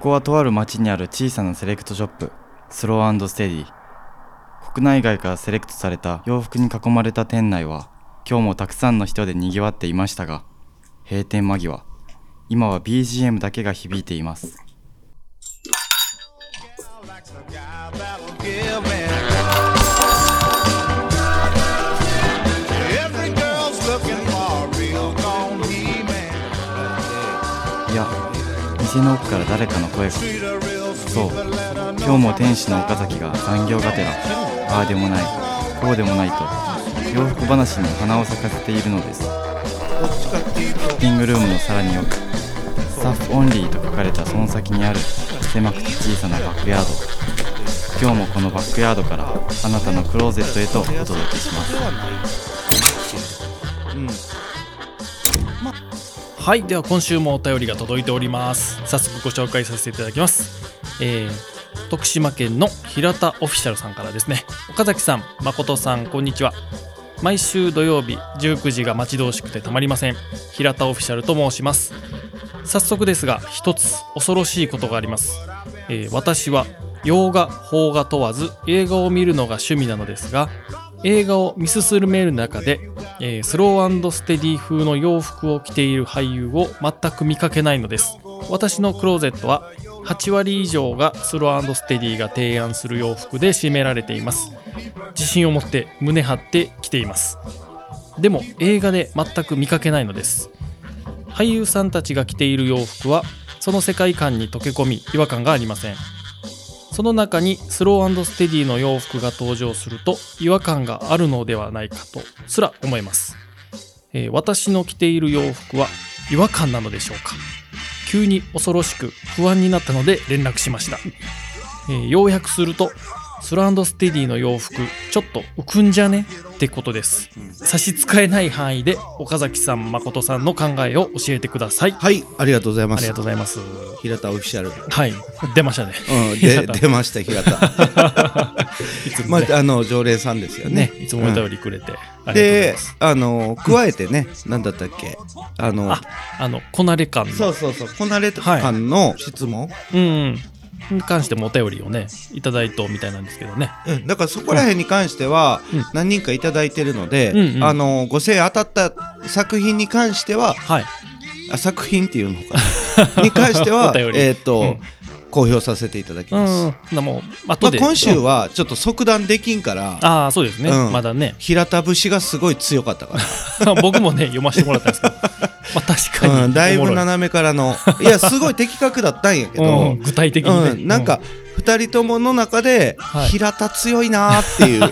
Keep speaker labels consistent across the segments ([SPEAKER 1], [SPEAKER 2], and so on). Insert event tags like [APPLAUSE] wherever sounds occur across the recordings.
[SPEAKER 1] こはとある町にある小さなセレクトショップスローステディ国内外からセレクトされた洋服に囲まれた店内は今日もたくさんの人でにぎわっていましたが閉店間際今は BGM だけが響いています
[SPEAKER 2] That'll give in. Every girl's looking for a real gone man.
[SPEAKER 1] いや店の奥から誰かの声が
[SPEAKER 2] Treat a real sweet,
[SPEAKER 1] そう
[SPEAKER 2] but let her
[SPEAKER 1] 今
[SPEAKER 2] know
[SPEAKER 1] 日も天使の岡崎が残業がてらああでもないこうでもないと洋服話に花を咲かせているのですフィッティングルームのさらに奥スタッフオンリーと書かれたその先にある狭くて小さなバックヤード今日もこのバックヤードからあなたのクローゼットへとお届けします
[SPEAKER 3] はいでは今週もお便りが届いております早速ご紹介させていただきます、えー、徳島県の平田オフィシャルさんからですね岡崎さん誠さんこんにちは毎週土曜日19時が待ち遠しくてたまりません平田オフィシャルと申します早速ですが一つ恐ろしいことがあります、えー私は洋画邦画問わず映画を見るのが趣味なのですが映画を見進める中で、えースローステディ風の洋服を着ている俳優を全く見かけないのです私のクローゼットは8割以上がスローステディが提案する洋服で占められています自信を持って胸張って着ていますでも映画で全く見かけないのです俳優さんたちが着ている洋服はその世界観に溶け込み違和感がありませんその中にスローステディの洋服が登場すると違和感があるのではないかとすら思います、えー私の着ている洋服は違和感なのでしょうか急に恐ろしく不安になったので連絡しました、えー要約するとスローステディの洋服ちょっと浮くんじゃねってことです差し支えない範囲で岡崎さん誠さんの考えを教えてください
[SPEAKER 4] はい、ありがとうございま
[SPEAKER 3] あり
[SPEAKER 4] す
[SPEAKER 3] がとうご。ざいます
[SPEAKER 4] 平田オフィシャル。
[SPEAKER 3] はい出ましたね、
[SPEAKER 4] うん、
[SPEAKER 3] 平
[SPEAKER 4] で
[SPEAKER 3] 田
[SPEAKER 4] 出ました平田。 [LAUGHS] まああの常連さんですよね
[SPEAKER 3] ね。いつもお便りくれて、
[SPEAKER 4] う
[SPEAKER 3] あ
[SPEAKER 4] ん
[SPEAKER 3] りがとうござい
[SPEAKER 4] で
[SPEAKER 3] ます、
[SPEAKER 4] あの加えてね、なんだったっけ、あの
[SPEAKER 3] ああのこなれ感の
[SPEAKER 4] そうそうそう、こなれ感の質問、
[SPEAKER 3] うんうんに関してもお便りをねいただいたみたいなんですけどね
[SPEAKER 4] うん、だからそこら辺に関しては
[SPEAKER 3] うん
[SPEAKER 4] 何人かいただいてるので、
[SPEAKER 3] うんうん
[SPEAKER 4] あのご声当たった作品に関しては、
[SPEAKER 3] はい
[SPEAKER 4] あ作品っていうのか
[SPEAKER 3] [LAUGHS]
[SPEAKER 4] なに関しては
[SPEAKER 3] お便り
[SPEAKER 4] えっ、と、
[SPEAKER 3] うん
[SPEAKER 4] 公表させていただき
[SPEAKER 3] う
[SPEAKER 4] ます。
[SPEAKER 3] んなもう
[SPEAKER 4] ま
[SPEAKER 3] 後
[SPEAKER 4] あ、
[SPEAKER 3] で、
[SPEAKER 4] 今週
[SPEAKER 3] うん
[SPEAKER 4] はちょっと即断できんから。
[SPEAKER 3] ああそうですね、
[SPEAKER 4] うん
[SPEAKER 3] まだね [LAUGHS]
[SPEAKER 4] 平田節がすごい強かったか、
[SPEAKER 3] 僕もね読ませてもらったんですけどまあ確からに、
[SPEAKER 4] うん、だい
[SPEAKER 3] お
[SPEAKER 4] ぶ
[SPEAKER 3] もろ
[SPEAKER 4] 斜めからのいやすごい的確だったんやけ
[SPEAKER 3] うんう
[SPEAKER 4] ど
[SPEAKER 3] ん、具体的にね、
[SPEAKER 4] うん、なんか2人ともの中で
[SPEAKER 3] はい
[SPEAKER 4] 平田強いなーっていう
[SPEAKER 3] [LAUGHS] うん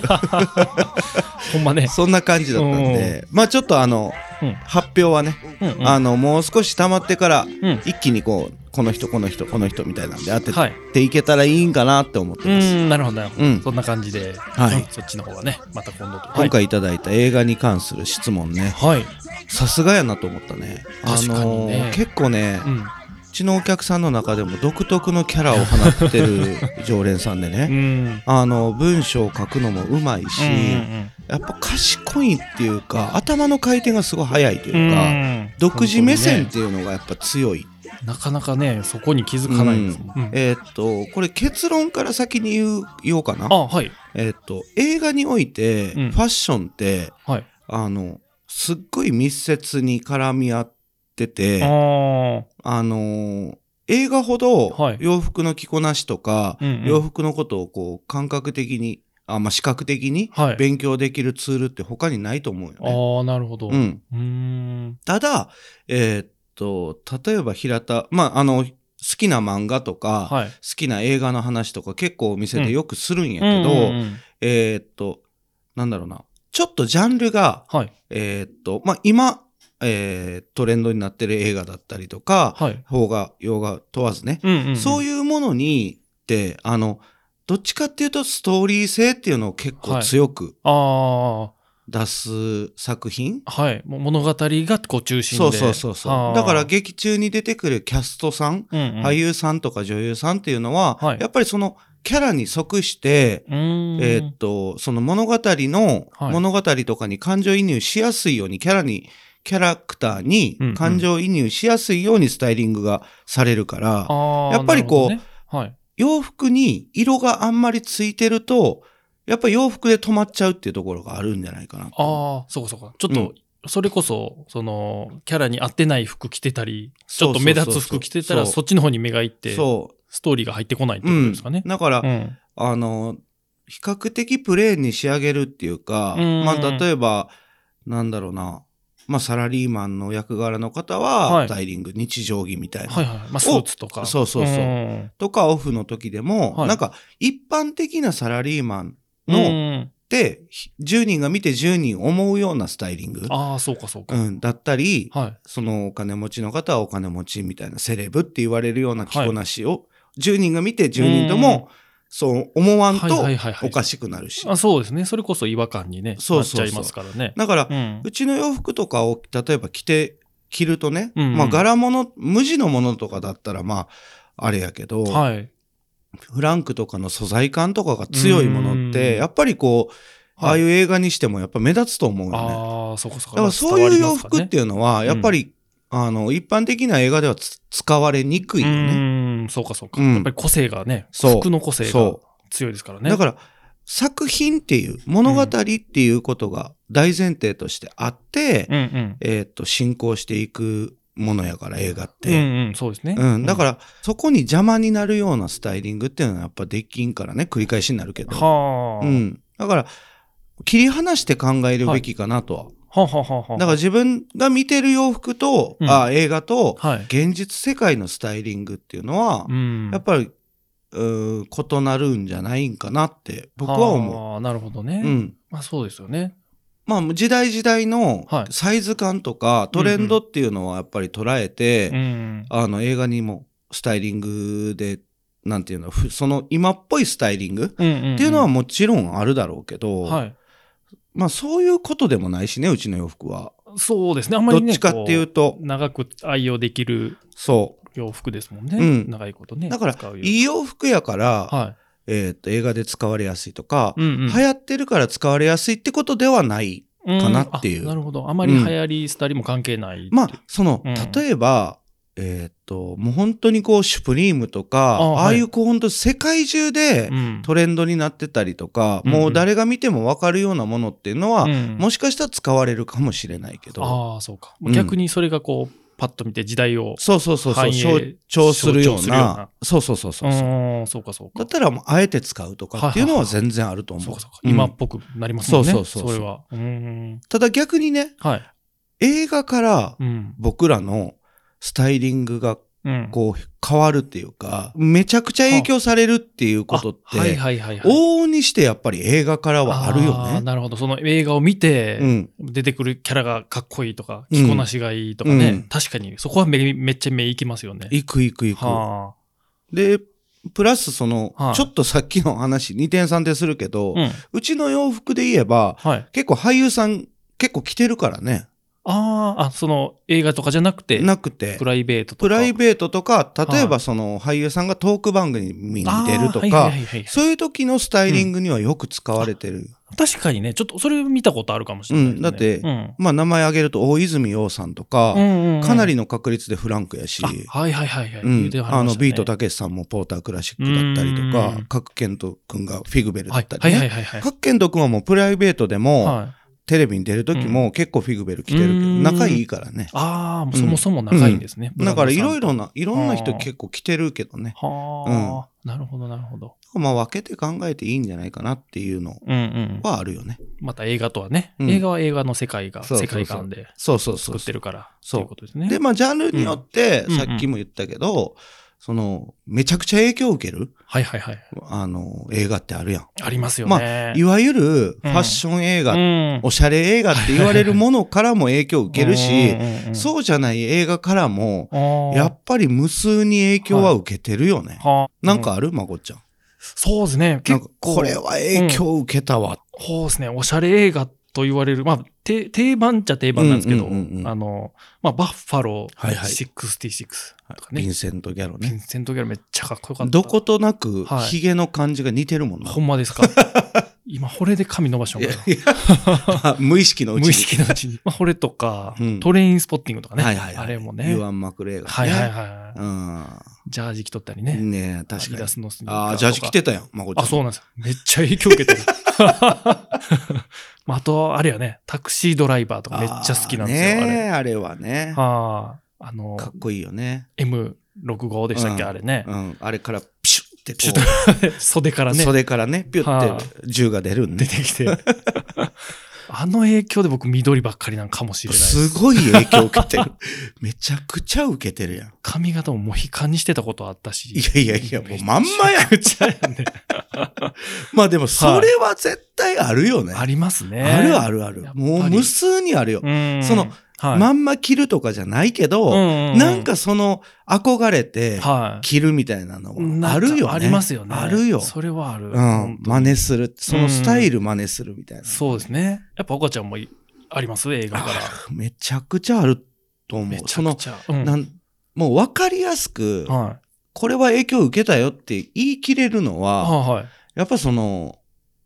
[SPEAKER 3] ほんまね、
[SPEAKER 4] そんな感じだったんでまあちょっとあの
[SPEAKER 3] うん
[SPEAKER 4] 発表はね
[SPEAKER 3] うんうん
[SPEAKER 4] あのもう少したまってから
[SPEAKER 3] うん
[SPEAKER 4] 一気にこうこの人この人この人みたいなんで当て
[SPEAKER 3] はい
[SPEAKER 4] ていけたらいいんかなって思って
[SPEAKER 3] う
[SPEAKER 4] ます
[SPEAKER 3] んなるほどなるほど、
[SPEAKER 4] うん
[SPEAKER 3] そんな感じで、
[SPEAKER 4] はい
[SPEAKER 3] うんそっちの方はねまた今度と
[SPEAKER 4] 今回いただいた映画に関する質問ね
[SPEAKER 3] はい、はい
[SPEAKER 4] さすがやなと思ったねあ
[SPEAKER 3] 確かに
[SPEAKER 4] の
[SPEAKER 3] ね
[SPEAKER 4] ー結構ね
[SPEAKER 3] うん
[SPEAKER 4] うちのお客さんの中でも独特のキャラを放ってる常連さんで
[SPEAKER 3] う
[SPEAKER 4] ね、
[SPEAKER 3] ん
[SPEAKER 4] あの文章を書くのもうまいし、
[SPEAKER 3] うんうん
[SPEAKER 4] やっぱ賢いっていうか頭の回転がすごい速いと
[SPEAKER 3] う
[SPEAKER 4] い
[SPEAKER 3] ん
[SPEAKER 4] うか、
[SPEAKER 3] うん
[SPEAKER 4] 独自目線っ
[SPEAKER 3] 本
[SPEAKER 4] ていうのがやっぱ強い、
[SPEAKER 3] 当にねなかなかねそこに気づかないですもん、うん
[SPEAKER 4] えーっとこれ結論から先に言う言おうかな
[SPEAKER 3] あはい
[SPEAKER 4] えーっと映画においてフ
[SPEAKER 3] うん
[SPEAKER 4] ァッションって、
[SPEAKER 3] はい
[SPEAKER 4] あのすっごい密接に絡み合ってて
[SPEAKER 3] あー
[SPEAKER 4] あのー映画ほど
[SPEAKER 3] はい
[SPEAKER 4] 洋服の着こなしとか、
[SPEAKER 3] うんうん
[SPEAKER 4] 洋服のことをこう感覚的にあ、まあ、視覚的に
[SPEAKER 3] はい
[SPEAKER 4] 勉強できるツールって他にないと思うよ
[SPEAKER 3] あ
[SPEAKER 4] ね。
[SPEAKER 3] ーなるほど
[SPEAKER 4] う、
[SPEAKER 3] うんーん
[SPEAKER 4] ただ、えーっと例えば平田、まあ、あの好きな漫画とか、
[SPEAKER 3] はい
[SPEAKER 4] 好きな映画の話とか結構お店でよくするんや
[SPEAKER 3] うん
[SPEAKER 4] けど、
[SPEAKER 3] うんうん
[SPEAKER 4] えーっとなんだろうなちょっとジャンルが、
[SPEAKER 3] はい
[SPEAKER 4] えーっとまあ、今、えートレンドになってる映画だったりとか、
[SPEAKER 3] はい
[SPEAKER 4] 方が洋画問わずね、
[SPEAKER 3] うんうん
[SPEAKER 4] そう
[SPEAKER 3] い
[SPEAKER 4] いうものにってあのどっちかっていうとストーリー性っていうのを結構
[SPEAKER 3] はい
[SPEAKER 4] 強く
[SPEAKER 3] あ
[SPEAKER 4] 出す作品、
[SPEAKER 3] あはいもう物語がこう中心
[SPEAKER 4] そう
[SPEAKER 3] で
[SPEAKER 4] そうそうそ
[SPEAKER 3] あ
[SPEAKER 4] う
[SPEAKER 3] ー
[SPEAKER 4] だから劇中に出てくるキャストさん、
[SPEAKER 3] うんうん
[SPEAKER 4] 俳優さんとか女優さんっていうのは、
[SPEAKER 3] はい
[SPEAKER 4] やっぱりそのキャラに即して、
[SPEAKER 3] うーん
[SPEAKER 4] えーっとその物語の、
[SPEAKER 3] はい
[SPEAKER 4] 物語とかに感情移入しやすいようにキャラにキャラクターに
[SPEAKER 3] うんうん
[SPEAKER 4] 感情移入しやすいようにスタイリングがされるから、
[SPEAKER 3] あー
[SPEAKER 4] やっぱりこう
[SPEAKER 3] なるほどね
[SPEAKER 4] 洋服に色があんまりついてると、やっぱり洋服で止まっちゃうっていうところがあるんじゃないかな。
[SPEAKER 3] はい。ああ、そうかそうか。ちょっと、
[SPEAKER 4] うん
[SPEAKER 3] それこそ、その、キャラに合ってない服着てたり、ち
[SPEAKER 4] そ
[SPEAKER 3] ょっ
[SPEAKER 4] うそ
[SPEAKER 3] と
[SPEAKER 4] うそ
[SPEAKER 3] 目
[SPEAKER 4] うそう
[SPEAKER 3] 立つ服着てたら、
[SPEAKER 4] そう
[SPEAKER 3] そっちの方に目がいって、
[SPEAKER 4] そ
[SPEAKER 3] ストーリーが入ってこないって
[SPEAKER 4] う。う
[SPEAKER 3] こと
[SPEAKER 4] ん。
[SPEAKER 3] ですかね。
[SPEAKER 4] だから、
[SPEAKER 3] うん。
[SPEAKER 4] あの、比較的プレーンに仕上げるっていうか、
[SPEAKER 3] うん
[SPEAKER 4] まあ、例えば、なんだろうな、まあ、サラリーマンの役柄の方は、
[SPEAKER 3] はい
[SPEAKER 4] スタイリング、日常着みたいな。
[SPEAKER 3] はいはい。まあ、スーツとか。
[SPEAKER 4] そうそうそうんとか、オフの時でも、
[SPEAKER 3] はい
[SPEAKER 4] なんか、一般的なサラリーマン
[SPEAKER 3] う
[SPEAKER 4] の、っ
[SPEAKER 3] ん
[SPEAKER 4] て、ひ10人が見て10人思うようなスタイリング、
[SPEAKER 3] ああ、そうかそう
[SPEAKER 4] う
[SPEAKER 3] か。
[SPEAKER 4] ん、だったり、
[SPEAKER 3] はい。
[SPEAKER 4] そのお金持ちの方はお金持ちみたいな、セレブって言われるような着こなしを、10人が見て10人とも、そう思わん
[SPEAKER 3] はい
[SPEAKER 4] と
[SPEAKER 3] はいはいはい
[SPEAKER 4] おかしくなるし。
[SPEAKER 3] あそうですね。それこそ違和感にね、
[SPEAKER 4] そうそうそう
[SPEAKER 3] なっちゃいますからね。
[SPEAKER 4] だから
[SPEAKER 3] う、ん。
[SPEAKER 4] うちの洋服とかを例えば着て、着るとね、
[SPEAKER 3] うんうん
[SPEAKER 4] まあ柄物、無地のものとかだったらまあ、あれやけど、
[SPEAKER 3] はい。
[SPEAKER 4] フランクとかの素材感とかが強いものっ
[SPEAKER 3] う
[SPEAKER 4] て、
[SPEAKER 3] ん
[SPEAKER 4] やっぱりこう、ああいう映画にしてもやっぱ目立つと思うよね。
[SPEAKER 3] ああ、そうかそう
[SPEAKER 4] だ
[SPEAKER 3] か。
[SPEAKER 4] からそういう洋服っていうのは、
[SPEAKER 3] 伝わ
[SPEAKER 4] やっ
[SPEAKER 3] ります
[SPEAKER 4] ぱ
[SPEAKER 3] かね
[SPEAKER 4] り、あの、一般的な映画ではつ使われにくいよ
[SPEAKER 3] う
[SPEAKER 4] ね。
[SPEAKER 3] ん、そうかそうか。
[SPEAKER 4] うん
[SPEAKER 3] やっぱり個性がね、
[SPEAKER 4] そう
[SPEAKER 3] 服の個性が
[SPEAKER 4] そ
[SPEAKER 3] 強いですから
[SPEAKER 4] う。
[SPEAKER 3] ね。
[SPEAKER 4] だから、作品っていう、物語っていうことが大前提としてあって、
[SPEAKER 3] うんうん。
[SPEAKER 4] えーっと、進行していくものやから、映画って。
[SPEAKER 3] うんうん、そうですね。
[SPEAKER 4] うん、だから、そこに邪魔になるようなスタイリングっていうのはやっぱできんからね、繰り返しになるけど。
[SPEAKER 3] はあ、
[SPEAKER 4] うん。だから、切り離して考えるべきかなとは。
[SPEAKER 3] はあはあはあはあ。
[SPEAKER 4] だから自分が見てる洋服と、
[SPEAKER 3] うん
[SPEAKER 4] あ映画と、
[SPEAKER 3] はい。
[SPEAKER 4] 現実世界のスタイリングっていうのは、
[SPEAKER 3] うん。
[SPEAKER 4] やっぱり、うー異なるんじゃないんかなって、僕は思
[SPEAKER 3] ああ、なるほど
[SPEAKER 4] う。
[SPEAKER 3] ね。
[SPEAKER 4] うん。
[SPEAKER 3] まあそうですよね。
[SPEAKER 4] まあ、時代時代の
[SPEAKER 3] はい
[SPEAKER 4] サイズ感とか、トレンドっていうのはやっぱり捉えて、
[SPEAKER 3] うん。
[SPEAKER 4] あの映画にもスタイリングで、なんていうの、ふその今っぽいスタイリング
[SPEAKER 3] うんうんん
[SPEAKER 4] っていうのは、もちろんあるだろうけど、
[SPEAKER 3] はい。
[SPEAKER 4] まあそういうことでもないしね、うちの洋服は。
[SPEAKER 3] そうですね。あんま
[SPEAKER 4] ど
[SPEAKER 3] り
[SPEAKER 4] っ
[SPEAKER 3] ね、
[SPEAKER 4] ちかっていう
[SPEAKER 3] ことう、長く愛用できる
[SPEAKER 4] そ
[SPEAKER 3] 洋服ですもんね。
[SPEAKER 4] うん
[SPEAKER 3] 長いことね。
[SPEAKER 4] だから
[SPEAKER 3] 使う
[SPEAKER 4] う。
[SPEAKER 3] よ
[SPEAKER 4] いい洋服やから、
[SPEAKER 3] は
[SPEAKER 4] えっ、と、映画で使われやすいとか、
[SPEAKER 3] い。うんうん。
[SPEAKER 4] 流行ってるから使われやすいってことではない。かなっていうん
[SPEAKER 3] あなるほど。あまり流行り、スタイルも関係ない。
[SPEAKER 4] まあ、その、
[SPEAKER 3] うん
[SPEAKER 4] 例えば、えっ、と、もう本当にこう、シュプリームとか、
[SPEAKER 3] あ
[SPEAKER 4] あ
[SPEAKER 3] はい
[SPEAKER 4] あいうこう、本当世界中で
[SPEAKER 3] うん、
[SPEAKER 4] トレンドになってたりとか、
[SPEAKER 3] うん
[SPEAKER 4] もう誰が見てもわかるようなものっていうのは、
[SPEAKER 3] うん
[SPEAKER 4] もしかしたら使われるかもしれないけど、
[SPEAKER 3] ああ、そうか。
[SPEAKER 4] うん
[SPEAKER 3] 逆にそれがこう、パッと見て時代を。
[SPEAKER 4] そうそうそうそう、
[SPEAKER 3] 反
[SPEAKER 4] 象
[SPEAKER 3] 映
[SPEAKER 4] 徴するよう
[SPEAKER 3] 象徴するような
[SPEAKER 4] な、そうそうそうそう。
[SPEAKER 3] ーんそうかそう
[SPEAKER 4] だっ
[SPEAKER 3] か。
[SPEAKER 4] たらもうあえて使うとかっていうのは全然あると思う。
[SPEAKER 3] そうかそうか。今
[SPEAKER 4] うん
[SPEAKER 3] っぽくなりますもんね。
[SPEAKER 4] そうそうそうそう
[SPEAKER 3] れは。うーん。
[SPEAKER 4] ただ逆にね、
[SPEAKER 3] はい。
[SPEAKER 4] 映画から
[SPEAKER 3] うん。
[SPEAKER 4] 僕らのスタイリングが
[SPEAKER 3] うん。
[SPEAKER 4] こう変わるっていうか、めちゃくちゃ影響されるっていうことって、
[SPEAKER 3] あはいはいはいはい。
[SPEAKER 4] 往々にしてやっぱり映画からはある
[SPEAKER 3] ー
[SPEAKER 4] よね。
[SPEAKER 3] なるほど。その映画を見て、
[SPEAKER 4] うん。
[SPEAKER 3] 出てくるキャラがかっこいいとか、
[SPEAKER 4] うん
[SPEAKER 3] 着こなしがいいとかね。
[SPEAKER 4] うん
[SPEAKER 3] 確かに、そこはめめっちゃ目いきますよね。
[SPEAKER 4] 行く行く行く。
[SPEAKER 3] は
[SPEAKER 4] で、プラスその、
[SPEAKER 3] はい
[SPEAKER 4] ちょっとさっきの話、2点3点するけど、
[SPEAKER 3] あ。うん。
[SPEAKER 4] うちの洋服で言えば、
[SPEAKER 3] はい。
[SPEAKER 4] 結構俳優さん結構着てるからね。
[SPEAKER 3] ああ、あ、その映画とかじゃなくて、
[SPEAKER 4] なくて
[SPEAKER 3] プ。ライベートとか。
[SPEAKER 4] プライベートとか、例え
[SPEAKER 3] は
[SPEAKER 4] ばその俳優さんがトーク番組に出ると
[SPEAKER 3] あーはいはい
[SPEAKER 4] か
[SPEAKER 3] は、いはい
[SPEAKER 4] そういう時のスタイリングにはよく使われてる。
[SPEAKER 3] 確かにね、ちょっとそれ見たことあるかもしれないですね、
[SPEAKER 4] うんだって
[SPEAKER 3] うん
[SPEAKER 4] まあ名前挙げると大泉洋さんと
[SPEAKER 3] う
[SPEAKER 4] か、
[SPEAKER 3] んうんうん
[SPEAKER 4] かなりの確率でフランクやし、
[SPEAKER 3] あはいはいはいはい。
[SPEAKER 4] うん
[SPEAKER 3] 言てはりましたね
[SPEAKER 4] あのビートたけしさんもポータークラシックだったりと
[SPEAKER 3] う
[SPEAKER 4] か
[SPEAKER 3] ん、
[SPEAKER 4] 角健人くんがフィグベルだった
[SPEAKER 3] はい
[SPEAKER 4] り
[SPEAKER 3] はい
[SPEAKER 4] ね。
[SPEAKER 3] はいはいはい。
[SPEAKER 4] 角健人くんはもうプライベートでも、
[SPEAKER 3] はい、
[SPEAKER 4] テレビに出る時も結構フィグベル着てるけど、
[SPEAKER 3] うん
[SPEAKER 4] 仲いいからね。
[SPEAKER 3] ああ、もうそもそも長いんですね。
[SPEAKER 4] だからいろい
[SPEAKER 3] ろ。
[SPEAKER 4] ろな、いろんな人
[SPEAKER 3] あー
[SPEAKER 4] 結構着てるけどね。
[SPEAKER 3] はあ、なるほどなるほど。
[SPEAKER 4] まあ分けて考えていいんじゃないかなっていうの
[SPEAKER 3] うんうん。
[SPEAKER 4] はあるよね。
[SPEAKER 3] また映画とはね、
[SPEAKER 4] うん
[SPEAKER 3] 映画は映画の世界が、
[SPEAKER 4] そうそ
[SPEAKER 3] 世
[SPEAKER 4] うそう
[SPEAKER 3] 界観で
[SPEAKER 4] そうそうそ
[SPEAKER 3] 作
[SPEAKER 4] う
[SPEAKER 3] っ。てるから、
[SPEAKER 4] そう
[SPEAKER 3] ということですね。
[SPEAKER 4] で、まあ、ジャンルによって、
[SPEAKER 3] うん
[SPEAKER 4] さっきも言ったけど、その、めちゃくちゃ影響を受ける、
[SPEAKER 3] はいはいはい。
[SPEAKER 4] あの、映画ってあるやん。
[SPEAKER 3] ありますよ
[SPEAKER 4] ま
[SPEAKER 3] ね。
[SPEAKER 4] いわゆる、ファッション映画、
[SPEAKER 3] うん
[SPEAKER 4] おしゃれ映画って言われるものからも影響を受けるし
[SPEAKER 3] うん、うんうん
[SPEAKER 4] そうじゃない映画からも、
[SPEAKER 3] あー
[SPEAKER 4] やっぱり無数に影響は受けてるよね。
[SPEAKER 3] はあ
[SPEAKER 4] なんか
[SPEAKER 3] う
[SPEAKER 4] あるまこっちゃん。
[SPEAKER 3] そうですね。
[SPEAKER 4] な
[SPEAKER 3] 結
[SPEAKER 4] んか、
[SPEAKER 3] 構。
[SPEAKER 4] これは影響を受けたわ。
[SPEAKER 3] そうですね、おしゃれ映画と言われる、まあ、て定番っちゃ定番なんですけど、
[SPEAKER 4] うんうんうんうん
[SPEAKER 3] あの、まあ、バッファロ
[SPEAKER 4] はいはい
[SPEAKER 3] ー66とかね、
[SPEAKER 4] ヴィンセント・ギャロ
[SPEAKER 3] ヴィン
[SPEAKER 4] ね。
[SPEAKER 3] セントギャルめっちゃかっこよかった。
[SPEAKER 4] どことなく
[SPEAKER 3] は、
[SPEAKER 4] [LAUGHS]
[SPEAKER 3] い
[SPEAKER 4] ヒゲの感じが似てるもんな。
[SPEAKER 3] ほんまですか。今、惚れで髪伸ばしよ
[SPEAKER 4] いうや
[SPEAKER 3] か
[SPEAKER 4] い
[SPEAKER 3] な。
[SPEAKER 4] や [LAUGHS] まあ無意識のうちに。
[SPEAKER 3] 無意識の
[SPEAKER 4] [LAUGHS]
[SPEAKER 3] うちに。まあ、惚れとか、
[SPEAKER 4] うん
[SPEAKER 3] トレインスポッティングとかね。
[SPEAKER 4] はいはいはい。
[SPEAKER 3] あれもね。
[SPEAKER 4] ユアン・マクレーが、ね。
[SPEAKER 3] はいはいはい。
[SPEAKER 4] う
[SPEAKER 3] ジャージ着とったりね。
[SPEAKER 4] ん。ねえ
[SPEAKER 3] ア
[SPEAKER 4] 確
[SPEAKER 3] デ
[SPEAKER 4] か
[SPEAKER 3] ィダ
[SPEAKER 4] に。
[SPEAKER 3] スのスニーカーと
[SPEAKER 4] あ
[SPEAKER 3] か。
[SPEAKER 4] あ、ジャージ着てたよ、まこちゃん。
[SPEAKER 3] あ、そうなんですよ。めっちゃ影響
[SPEAKER 4] [LAUGHS]
[SPEAKER 3] 受けてる。 [LAUGHS] まあ、あと、あれやね、タクシードライバーとかめっちゃ好きなんですよ、あ
[SPEAKER 4] あーね
[SPEAKER 3] れ。
[SPEAKER 4] えあれはね。
[SPEAKER 3] はあ。あの、
[SPEAKER 4] かっこいいよね。
[SPEAKER 3] M65 でしたっけ、
[SPEAKER 4] うん
[SPEAKER 3] あれね
[SPEAKER 4] う。ん。あれからピシュッてこう
[SPEAKER 3] ピシュ袖からね、
[SPEAKER 4] 袖からね、ピュ
[SPEAKER 3] は
[SPEAKER 4] ッ
[SPEAKER 3] あ
[SPEAKER 4] て銃が出るん
[SPEAKER 3] 出
[SPEAKER 4] で。
[SPEAKER 3] てきて。あの影響で僕緑ばっかりなんかもしれないです。
[SPEAKER 4] すごい影響受けてる。 [LAUGHS] めちゃくちゃ受けてるやん。
[SPEAKER 3] 髪型もモヒカンにしてたことあったし。
[SPEAKER 4] いやいやいや、もうまんま
[SPEAKER 3] [LAUGHS]
[SPEAKER 4] やん。
[SPEAKER 3] ね
[SPEAKER 4] まあでも、それは絶対あるよね。
[SPEAKER 3] ありますね。
[SPEAKER 4] あるあるある
[SPEAKER 3] やっ。ぱり
[SPEAKER 4] もう無数にあるよ。
[SPEAKER 3] うん。
[SPEAKER 4] その、
[SPEAKER 3] はい、
[SPEAKER 4] まんま着るとかじゃないけど、
[SPEAKER 3] うんうん
[SPEAKER 4] なん、かその憧れて
[SPEAKER 3] はい。
[SPEAKER 4] 着るみたいなのはある
[SPEAKER 3] なん
[SPEAKER 4] よ
[SPEAKER 3] か
[SPEAKER 4] ね。
[SPEAKER 3] ありますよね。
[SPEAKER 4] あるよ。
[SPEAKER 3] それはある。
[SPEAKER 4] う
[SPEAKER 3] 本
[SPEAKER 4] ん。
[SPEAKER 3] 当に
[SPEAKER 4] 真似する。そのスタイル真似するみたいな。
[SPEAKER 3] そうですね。やっぱ岡ちゃんもいあります映画から。
[SPEAKER 4] あめちゃくちゃあると思
[SPEAKER 3] め
[SPEAKER 4] う。
[SPEAKER 3] ち
[SPEAKER 4] そ
[SPEAKER 3] ゃく
[SPEAKER 4] の、
[SPEAKER 3] ちゃ。うん
[SPEAKER 4] なんもう分かりやすく、
[SPEAKER 3] はい。
[SPEAKER 4] これは影響を受けたよって言い切れるの
[SPEAKER 3] あ
[SPEAKER 4] は、
[SPEAKER 3] はい。
[SPEAKER 4] やっぱその、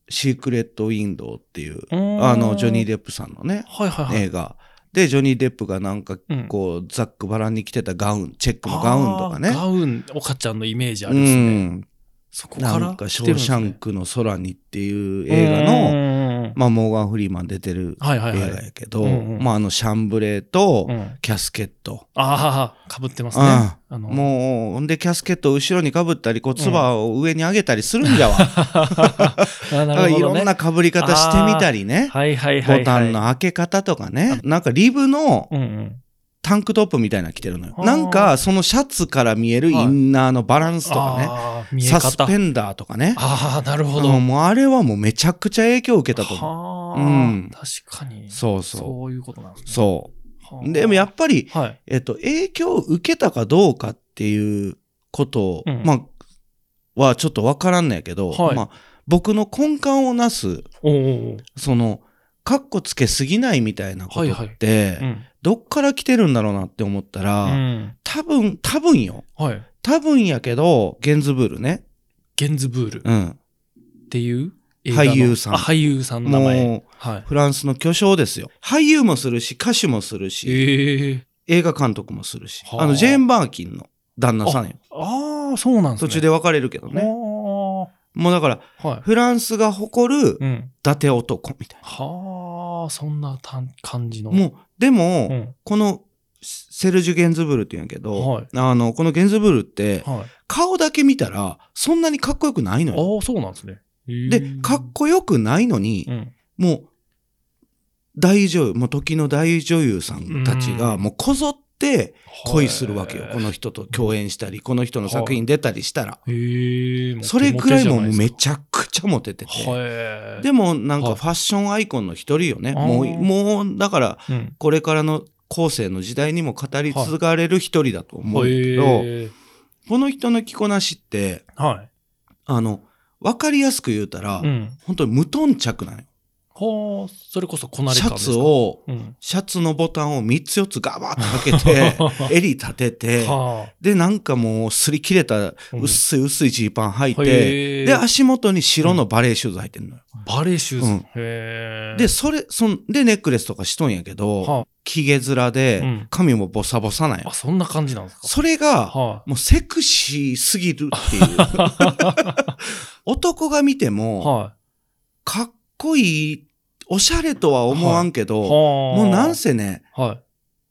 [SPEAKER 4] シークレット・ウィンドウっていう、
[SPEAKER 3] あ
[SPEAKER 4] あの、ジョニー・デ
[SPEAKER 3] デ
[SPEAKER 4] ップさんのね、
[SPEAKER 3] はいはいはい。
[SPEAKER 4] 映画。で、ジョニー・デップがなんか
[SPEAKER 3] うん、
[SPEAKER 4] こう、ザック・バランに着てたガウン、チェックのガウンとかね
[SPEAKER 3] あー。ガウン、岡ちゃんのイメージあ
[SPEAKER 4] う
[SPEAKER 3] りますね。
[SPEAKER 4] ん。
[SPEAKER 3] そこから
[SPEAKER 4] なんか、シ
[SPEAKER 3] 来
[SPEAKER 4] ョ
[SPEAKER 3] てる
[SPEAKER 4] ー
[SPEAKER 3] んです
[SPEAKER 4] シ
[SPEAKER 3] ね
[SPEAKER 4] ャンクの空にっていう映画の、
[SPEAKER 3] の、
[SPEAKER 4] まあ、モーガン・フリーマン出てる
[SPEAKER 3] はいはい
[SPEAKER 4] 映
[SPEAKER 3] は
[SPEAKER 4] 画
[SPEAKER 3] い。
[SPEAKER 4] やけど、
[SPEAKER 3] うんうん
[SPEAKER 4] まあ、あの、シャンブレーと
[SPEAKER 3] う、ん
[SPEAKER 4] キャスケット。
[SPEAKER 3] ああ、かぶってますね。あの
[SPEAKER 4] もう、ほんで、キャスケットを後ろにかぶったり、こう、つばを上に上げたりするんじゃ
[SPEAKER 3] [LAUGHS]
[SPEAKER 4] わ。
[SPEAKER 3] [LAUGHS] あ
[SPEAKER 4] だ
[SPEAKER 3] な
[SPEAKER 4] から
[SPEAKER 3] る
[SPEAKER 4] い
[SPEAKER 3] ほど
[SPEAKER 4] ろ
[SPEAKER 3] ね
[SPEAKER 4] んな被り方してみたりね。
[SPEAKER 3] はいはいはいはい。
[SPEAKER 4] ボタンの開け方とかね。なんかリブの
[SPEAKER 3] うんうん。
[SPEAKER 4] タンクトップみたいなの着てるのよ。
[SPEAKER 3] あー
[SPEAKER 4] なんかそのシャツから見えるインナーのバランスとか
[SPEAKER 3] あー
[SPEAKER 4] ね。
[SPEAKER 3] 見え
[SPEAKER 4] サス
[SPEAKER 3] 方。
[SPEAKER 4] ペンダーとかね。
[SPEAKER 3] ああ、なるほ
[SPEAKER 4] うん
[SPEAKER 3] ど。
[SPEAKER 4] もうあれはもうめちゃくちゃ影響を受けたと思
[SPEAKER 3] は
[SPEAKER 4] うん
[SPEAKER 3] あ、確かに。
[SPEAKER 4] う。そうそ
[SPEAKER 3] そういうことなんです
[SPEAKER 4] う。
[SPEAKER 3] ね。
[SPEAKER 4] そ
[SPEAKER 3] は
[SPEAKER 4] う。
[SPEAKER 3] あ
[SPEAKER 4] でもやっぱり、
[SPEAKER 3] はい。
[SPEAKER 4] えっと、影響を受けたかどうかっていうことを、
[SPEAKER 3] うん
[SPEAKER 4] まあ、はちょっとわからんのやけど、
[SPEAKER 3] はい
[SPEAKER 4] まあ、僕の根幹をなす、
[SPEAKER 3] おうおう
[SPEAKER 4] その、カッコつけすぎないみたいなことって、
[SPEAKER 3] おう。うん。
[SPEAKER 4] どっから来てるんだろうなって思ったら、
[SPEAKER 3] うん。
[SPEAKER 4] 多分、多分よ。
[SPEAKER 3] はい。
[SPEAKER 4] 多分やけど、ゲンズブールね。
[SPEAKER 3] ゲンズブール
[SPEAKER 4] う
[SPEAKER 3] っ
[SPEAKER 4] ん。
[SPEAKER 3] ていう映画の
[SPEAKER 4] 俳優さん
[SPEAKER 3] あ俳優さんの名前。
[SPEAKER 4] もう、
[SPEAKER 3] はい。
[SPEAKER 4] フランスの巨匠ですよ。俳優もするし、歌手もするし、
[SPEAKER 3] ええ。
[SPEAKER 4] 映画監督もするし、
[SPEAKER 3] はあ
[SPEAKER 4] あの、ジェーン・バーキンの旦那さんよ。
[SPEAKER 3] ああ、そうなんです
[SPEAKER 4] 途
[SPEAKER 3] ね。
[SPEAKER 4] 中で別れるけどね。
[SPEAKER 3] は
[SPEAKER 4] もうだから、
[SPEAKER 3] あ。はい。
[SPEAKER 4] フランスが誇る
[SPEAKER 3] う、ん。
[SPEAKER 4] 伊達男みたい
[SPEAKER 3] はあ、そんなたん感じの。
[SPEAKER 4] な。もう、でも、
[SPEAKER 3] うん。
[SPEAKER 4] この、セルジュ・ゲンズブールって言うんやけど、
[SPEAKER 3] はい
[SPEAKER 4] あの、このゲンズブールって、
[SPEAKER 3] はい。
[SPEAKER 4] 顔だけ見たら、そんなにかっこよくないのよ。
[SPEAKER 3] ああ、そうなんですね。
[SPEAKER 4] で、かっこよくないのに、
[SPEAKER 3] うん。
[SPEAKER 4] もう、大女優、もう時の大女優さんたちが、
[SPEAKER 3] うん
[SPEAKER 4] もうこぞって恋するわけよ。この人と共演したり、この人の作品出たりしたら。
[SPEAKER 3] へえ。
[SPEAKER 4] それくらいもうめ
[SPEAKER 3] ゃ。
[SPEAKER 4] ちゃくちゃモテてて。
[SPEAKER 3] はえ。
[SPEAKER 4] でもなん
[SPEAKER 3] は
[SPEAKER 4] か
[SPEAKER 3] い
[SPEAKER 4] ファッションアイコンの一人よね。
[SPEAKER 3] あー
[SPEAKER 4] もう、もう、だから、
[SPEAKER 3] うん。
[SPEAKER 4] これからの後世の時代にも語り継がれる一人だと思うけど、
[SPEAKER 3] へえ。
[SPEAKER 4] この人の着こなしって、
[SPEAKER 3] は
[SPEAKER 4] あの、わかりやすく言うたら、
[SPEAKER 3] い。うん。
[SPEAKER 4] 本当に無頓着なのよ。
[SPEAKER 3] はあ、それこそこなれ
[SPEAKER 4] シ
[SPEAKER 3] 感
[SPEAKER 4] ャ
[SPEAKER 3] です
[SPEAKER 4] ツ
[SPEAKER 3] か。
[SPEAKER 4] を、
[SPEAKER 3] うん。
[SPEAKER 4] シャツのボタンを3つ4つガバッと
[SPEAKER 3] [LAUGHS]
[SPEAKER 4] 開けて、襟立てて、
[SPEAKER 3] は
[SPEAKER 4] で、なんかもう擦り切れた
[SPEAKER 3] うん
[SPEAKER 4] 薄い薄いジーパン履い
[SPEAKER 3] あ。
[SPEAKER 4] て、
[SPEAKER 3] へえ
[SPEAKER 4] で、足元に白のバレーシューズ履いてんのよ。
[SPEAKER 3] バレーシューズ。
[SPEAKER 4] うん
[SPEAKER 3] へえ。
[SPEAKER 4] で、、それ、そんで、ネックレスとかしとんやけ
[SPEAKER 3] は
[SPEAKER 4] ど、ヒゲ面で
[SPEAKER 3] うん、
[SPEAKER 4] 髪もボサボサなん
[SPEAKER 3] あ、
[SPEAKER 4] よ。
[SPEAKER 3] そんな感じなんですか。
[SPEAKER 4] それが、
[SPEAKER 3] は
[SPEAKER 4] もうセクシーすぎるって
[SPEAKER 3] [LAUGHS]
[SPEAKER 4] いう。男が見て
[SPEAKER 3] い。
[SPEAKER 4] も、
[SPEAKER 3] は
[SPEAKER 4] かっこいい、おしゃれとは思わんけ
[SPEAKER 3] い。はあ。
[SPEAKER 4] ど、
[SPEAKER 3] も
[SPEAKER 4] もうなん。せね、
[SPEAKER 3] はい。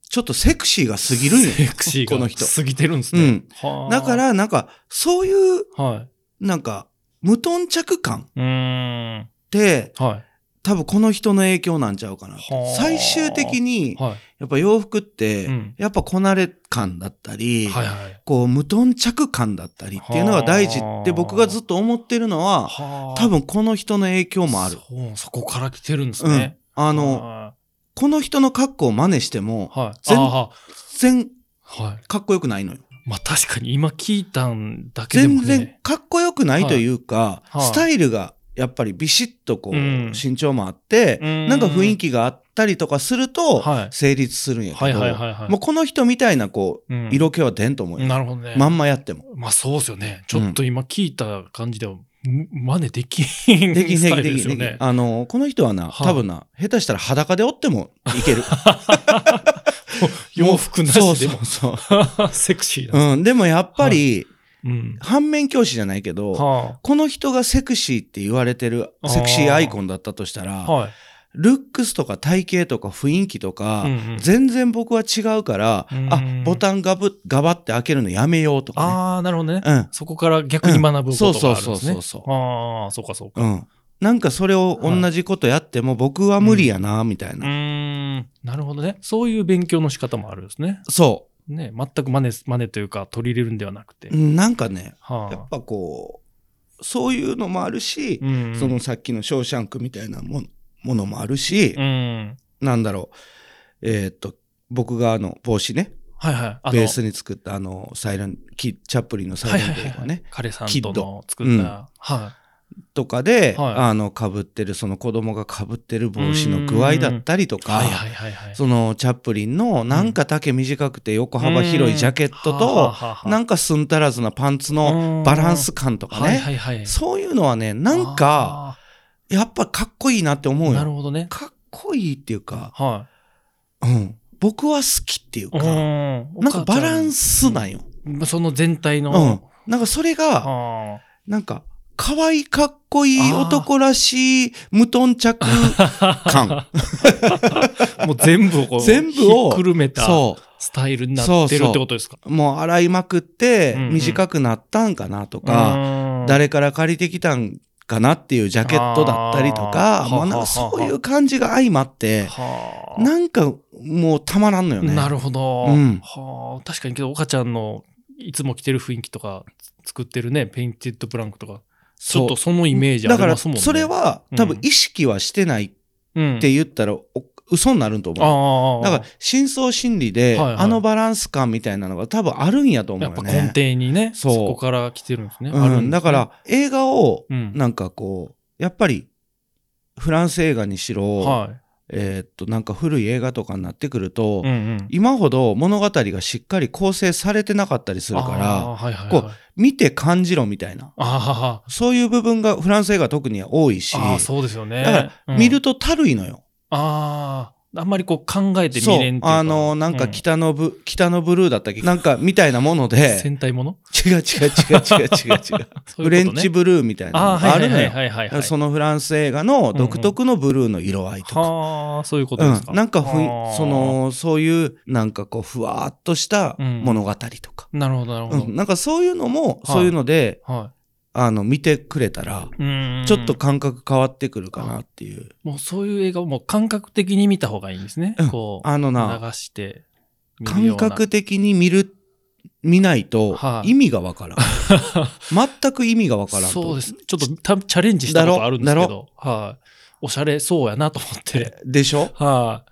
[SPEAKER 4] ちょっとセクシーが過ぎるんよ。
[SPEAKER 3] セクシーが。
[SPEAKER 4] この人
[SPEAKER 3] 過ぎてるんです
[SPEAKER 4] う
[SPEAKER 3] ね。
[SPEAKER 4] ん。
[SPEAKER 3] はあ
[SPEAKER 4] だか、ら、なんか、そういう、
[SPEAKER 3] はい。
[SPEAKER 4] なんか、無頓着感っ
[SPEAKER 3] うーん。
[SPEAKER 4] て、
[SPEAKER 3] は
[SPEAKER 4] 多分この人の影響なんちゃうかなって
[SPEAKER 3] はあ。
[SPEAKER 4] 最終的に
[SPEAKER 3] い。、は
[SPEAKER 4] やっぱ洋服っ
[SPEAKER 3] い。
[SPEAKER 4] て
[SPEAKER 3] う、ん。
[SPEAKER 4] やっぱこなれ感だったり、
[SPEAKER 3] はいはい。
[SPEAKER 4] こう、無頓着感だったりっていうのが大事って僕がずっと思ってるのは、
[SPEAKER 3] はあ
[SPEAKER 4] 多分この人の影響もある。
[SPEAKER 3] そう、そこから来てるんです
[SPEAKER 4] うん
[SPEAKER 3] ね。。
[SPEAKER 4] あの、
[SPEAKER 3] は
[SPEAKER 4] この人の格好を真似しても
[SPEAKER 3] い、はい。
[SPEAKER 4] 全
[SPEAKER 3] あ
[SPEAKER 4] 全然
[SPEAKER 3] ーはい。
[SPEAKER 4] かっこよくないのよ。
[SPEAKER 3] まあ確かに今聞いたんだけでも
[SPEAKER 4] 全
[SPEAKER 3] ね。
[SPEAKER 4] 然かっこよくないというか、
[SPEAKER 3] はいはい
[SPEAKER 4] スタイルがやっぱりビシッとこう、
[SPEAKER 3] うん
[SPEAKER 4] 身長もあって、
[SPEAKER 3] うん
[SPEAKER 4] なんか雰囲気があったりとかすると
[SPEAKER 3] はい
[SPEAKER 4] 成立するんや
[SPEAKER 3] は
[SPEAKER 4] け
[SPEAKER 3] い
[SPEAKER 4] ど、
[SPEAKER 3] はいはいはい。
[SPEAKER 4] もうこの人みたいなこ
[SPEAKER 3] う
[SPEAKER 4] うん色気は出んと思うよ、
[SPEAKER 3] なるほどね。
[SPEAKER 4] ま
[SPEAKER 3] ま
[SPEAKER 4] んまやっても。
[SPEAKER 3] あそうですよね。ちょっと今聞いた感じではむ真似できんス
[SPEAKER 4] できんで
[SPEAKER 3] タ
[SPEAKER 4] き
[SPEAKER 3] イ
[SPEAKER 4] ん
[SPEAKER 3] ル
[SPEAKER 4] で
[SPEAKER 3] で
[SPEAKER 4] き
[SPEAKER 3] す
[SPEAKER 4] んでき
[SPEAKER 3] よ
[SPEAKER 4] ん
[SPEAKER 3] ね。
[SPEAKER 4] あの、この人はな、
[SPEAKER 3] はい
[SPEAKER 4] 多分な、下手したら裸でおってもいける。
[SPEAKER 3] 洋服な
[SPEAKER 4] そう
[SPEAKER 3] しで
[SPEAKER 4] そ
[SPEAKER 3] も
[SPEAKER 4] うそう。
[SPEAKER 3] [LAUGHS] セクシーだ。
[SPEAKER 4] うん、でもやっぱり、
[SPEAKER 3] うん。
[SPEAKER 4] 反面教師じゃないけど、
[SPEAKER 3] は
[SPEAKER 4] この人がセクシーって言われてる、
[SPEAKER 3] あー
[SPEAKER 4] セクシーアイコンだったとしたら、
[SPEAKER 3] あ。はい。
[SPEAKER 4] ルックスとか体型とか雰囲気とか、
[SPEAKER 3] うんうん
[SPEAKER 4] 全然僕は違うから、
[SPEAKER 3] うん
[SPEAKER 4] あ、ボタンガブ、ガバって開けるのやめようとか、
[SPEAKER 3] ああ、なるほどね。
[SPEAKER 4] ね。
[SPEAKER 3] そこから逆に学ぶことがあるんですね。
[SPEAKER 4] うんそうそうそうそうそう
[SPEAKER 3] ああ、そうかそうか。
[SPEAKER 4] うん。うん。なんかそれを同じことやっても僕は無理やな、みたいうな。
[SPEAKER 3] ーん。なるほどね。そういう勉強の仕方もあるんですね。
[SPEAKER 4] そ
[SPEAKER 3] ね、全く真似す、真似というか取り入れるんではなくて。
[SPEAKER 4] う。うんなんかね、
[SPEAKER 3] は
[SPEAKER 4] や
[SPEAKER 3] あ
[SPEAKER 4] っ。ぱこう、そういうのもあるし、
[SPEAKER 3] うん
[SPEAKER 4] そのさっきのショーシャンクみたいなものものもあるし、
[SPEAKER 3] うん。
[SPEAKER 4] なんだろう、えーっと、僕があの帽子ね、
[SPEAKER 3] はいはい。あ
[SPEAKER 4] ベースに作ったあの、サイレン、キチャップリンのサイレントとかね、
[SPEAKER 3] 彼さん
[SPEAKER 4] キ
[SPEAKER 3] と
[SPEAKER 4] ッ
[SPEAKER 3] の
[SPEAKER 4] ド
[SPEAKER 3] 作った、
[SPEAKER 4] うん
[SPEAKER 3] は
[SPEAKER 4] とかで、
[SPEAKER 3] はい
[SPEAKER 4] あの、被ってる、その子供が被ってる帽子の具合だったりと
[SPEAKER 3] い、はいは
[SPEAKER 4] か、
[SPEAKER 3] いはいはい。
[SPEAKER 4] そのチャップリンのなんか丈短くて横幅広いジャケットと、
[SPEAKER 3] と
[SPEAKER 4] なんかすんたらずなパンツのバランス感とか
[SPEAKER 3] はい
[SPEAKER 4] ね、
[SPEAKER 3] はいはい。
[SPEAKER 4] そういうのはね、なんか、やっぱかっこいいなって思
[SPEAKER 3] あー、
[SPEAKER 4] う
[SPEAKER 3] なる
[SPEAKER 4] よ。
[SPEAKER 3] ほどね。
[SPEAKER 4] かっこいいっていうか、
[SPEAKER 3] は
[SPEAKER 4] うん、僕は好きっていう
[SPEAKER 3] い。う
[SPEAKER 4] か、
[SPEAKER 3] ん
[SPEAKER 4] なんかバラン。スなんよ。
[SPEAKER 3] お母ちゃんその全体の。
[SPEAKER 4] うん。なんかそれが、
[SPEAKER 3] は
[SPEAKER 4] なんか、可愛いかっこいい男らしい無頓着感。
[SPEAKER 3] あもう全部をこ
[SPEAKER 4] [LAUGHS]
[SPEAKER 3] う、
[SPEAKER 4] 全部を
[SPEAKER 3] ひっくるめた
[SPEAKER 4] [LAUGHS] そ
[SPEAKER 3] スタイルになってるってことですか。
[SPEAKER 4] う。もう洗いまくって
[SPEAKER 3] うんうん
[SPEAKER 4] 短くなったんかなとか、
[SPEAKER 3] が
[SPEAKER 4] 誰から借りてきたんかなっていうジャケットだったりと
[SPEAKER 3] あ
[SPEAKER 4] か、
[SPEAKER 3] ー
[SPEAKER 4] もうなん
[SPEAKER 3] ははは
[SPEAKER 4] かそういう感じが相まって、
[SPEAKER 3] はあ
[SPEAKER 4] なんかもうたまらんのよね。
[SPEAKER 3] なるほど。
[SPEAKER 4] うん
[SPEAKER 3] はあ、確かにけど、岡ちゃんのいつも着てる雰囲気とか、作ってるね、ペインティッドブランクとか、ち
[SPEAKER 4] そ
[SPEAKER 3] ょ
[SPEAKER 4] う
[SPEAKER 3] っとそのイメージあ
[SPEAKER 4] だ
[SPEAKER 3] り
[SPEAKER 4] から、
[SPEAKER 3] ますもんね。
[SPEAKER 4] それは多
[SPEAKER 3] う
[SPEAKER 4] 分
[SPEAKER 3] ん
[SPEAKER 4] 意識はしてないっ
[SPEAKER 3] うん、って
[SPEAKER 4] 言ったら、お嘘になるんと思う。
[SPEAKER 3] ああ。
[SPEAKER 4] だから、真相心理で、
[SPEAKER 3] はいはい
[SPEAKER 4] あのバランス感みたいなのが多分あるんやと思
[SPEAKER 3] や
[SPEAKER 4] う
[SPEAKER 3] っ
[SPEAKER 4] よ
[SPEAKER 3] ぱ
[SPEAKER 4] ね。
[SPEAKER 3] 根底にね、そ
[SPEAKER 4] そう
[SPEAKER 3] こから来てるんですね。
[SPEAKER 4] うん
[SPEAKER 3] あるんですね
[SPEAKER 4] だか、ら、映画を、
[SPEAKER 3] うん
[SPEAKER 4] なんかこう、やっぱり、フランス映画にしろ、
[SPEAKER 3] は
[SPEAKER 4] えーっと、なんか古い映画とかになってくると、
[SPEAKER 3] い。うんうん。
[SPEAKER 4] 今ほど物語がしっかり構成されてなかったりするから、
[SPEAKER 3] あーはいはいはい、
[SPEAKER 4] こう見て感じろみたいな。
[SPEAKER 3] あはは
[SPEAKER 4] そういう部分がフランス映画特には多いし、
[SPEAKER 3] あー、そうですよね。
[SPEAKER 4] だから、見るとたるいのよ。
[SPEAKER 3] うんああ、あんまりこう考えて見
[SPEAKER 4] そう
[SPEAKER 3] れんっていうか
[SPEAKER 4] あの、なん
[SPEAKER 3] う
[SPEAKER 4] か北のブ、北のブルーだったっけなんかみたいなもので、
[SPEAKER 3] 戦
[SPEAKER 4] [LAUGHS]
[SPEAKER 3] 隊もの
[SPEAKER 4] 違う違う違う違う違う違う。
[SPEAKER 3] [LAUGHS] そ
[SPEAKER 4] フ
[SPEAKER 3] ういうことね
[SPEAKER 4] レンチブルーみたいな
[SPEAKER 3] あ
[SPEAKER 4] の
[SPEAKER 3] あ、は
[SPEAKER 4] があ
[SPEAKER 3] いは
[SPEAKER 4] る
[SPEAKER 3] い
[SPEAKER 4] の
[SPEAKER 3] はい
[SPEAKER 4] よ。
[SPEAKER 3] はいはいはい、
[SPEAKER 4] そのフランス映画の独特のブルーの色合いとか。
[SPEAKER 3] はあ、そういうこと
[SPEAKER 4] う
[SPEAKER 3] で
[SPEAKER 4] ん
[SPEAKER 3] すか。、
[SPEAKER 4] なんかふ
[SPEAKER 3] あー
[SPEAKER 4] ん、そ、の、そういう、なんかこう、ふわーっとした
[SPEAKER 3] うん
[SPEAKER 4] 物語とか。
[SPEAKER 3] なるほど、なるほど。
[SPEAKER 4] うん、なんかそういうのも、そういうので、
[SPEAKER 3] は
[SPEAKER 4] あの、見てくれたら、
[SPEAKER 3] い。うん
[SPEAKER 4] ちょっと感覚変わってくるかなっていう。
[SPEAKER 3] もうそういう映画をもう感覚的に見た方がいいんですね。
[SPEAKER 4] うん
[SPEAKER 3] こう、
[SPEAKER 4] あの
[SPEAKER 3] 流
[SPEAKER 4] な、
[SPEAKER 3] して見るよ
[SPEAKER 4] 感
[SPEAKER 3] うな。
[SPEAKER 4] 覚的に見る、見ないと
[SPEAKER 3] は、い
[SPEAKER 4] 意味がわ
[SPEAKER 3] [LAUGHS]
[SPEAKER 4] からん。全く意味がわからんと。
[SPEAKER 3] そうです。ちょっとたチャレンジしたことあるんですけ
[SPEAKER 4] だ
[SPEAKER 3] ど、はい、おしゃれそうやなと思って、
[SPEAKER 4] でしょ
[SPEAKER 3] はい、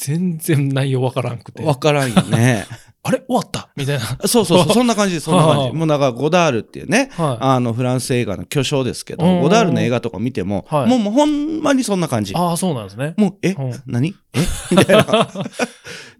[SPEAKER 3] 全然内容わからんくて、
[SPEAKER 4] わからんよ
[SPEAKER 3] [LAUGHS]
[SPEAKER 4] ね。
[SPEAKER 3] あれ終わったみたいな。
[SPEAKER 4] そうそう [LAUGHS] そう、そんな感じです、そんな感じ。もうだから、ゴダールっていうね、
[SPEAKER 3] はい。
[SPEAKER 4] あの、フランス映画の巨匠ですけど
[SPEAKER 3] うん、
[SPEAKER 4] ゴダールの映画とか見ても、
[SPEAKER 3] はい
[SPEAKER 4] もうもうほんまにそんな感じ。
[SPEAKER 3] ああ、そうなんですね。
[SPEAKER 4] もう、え
[SPEAKER 3] うん
[SPEAKER 4] 何えみ
[SPEAKER 3] [LAUGHS]
[SPEAKER 4] たいな。 [LAUGHS]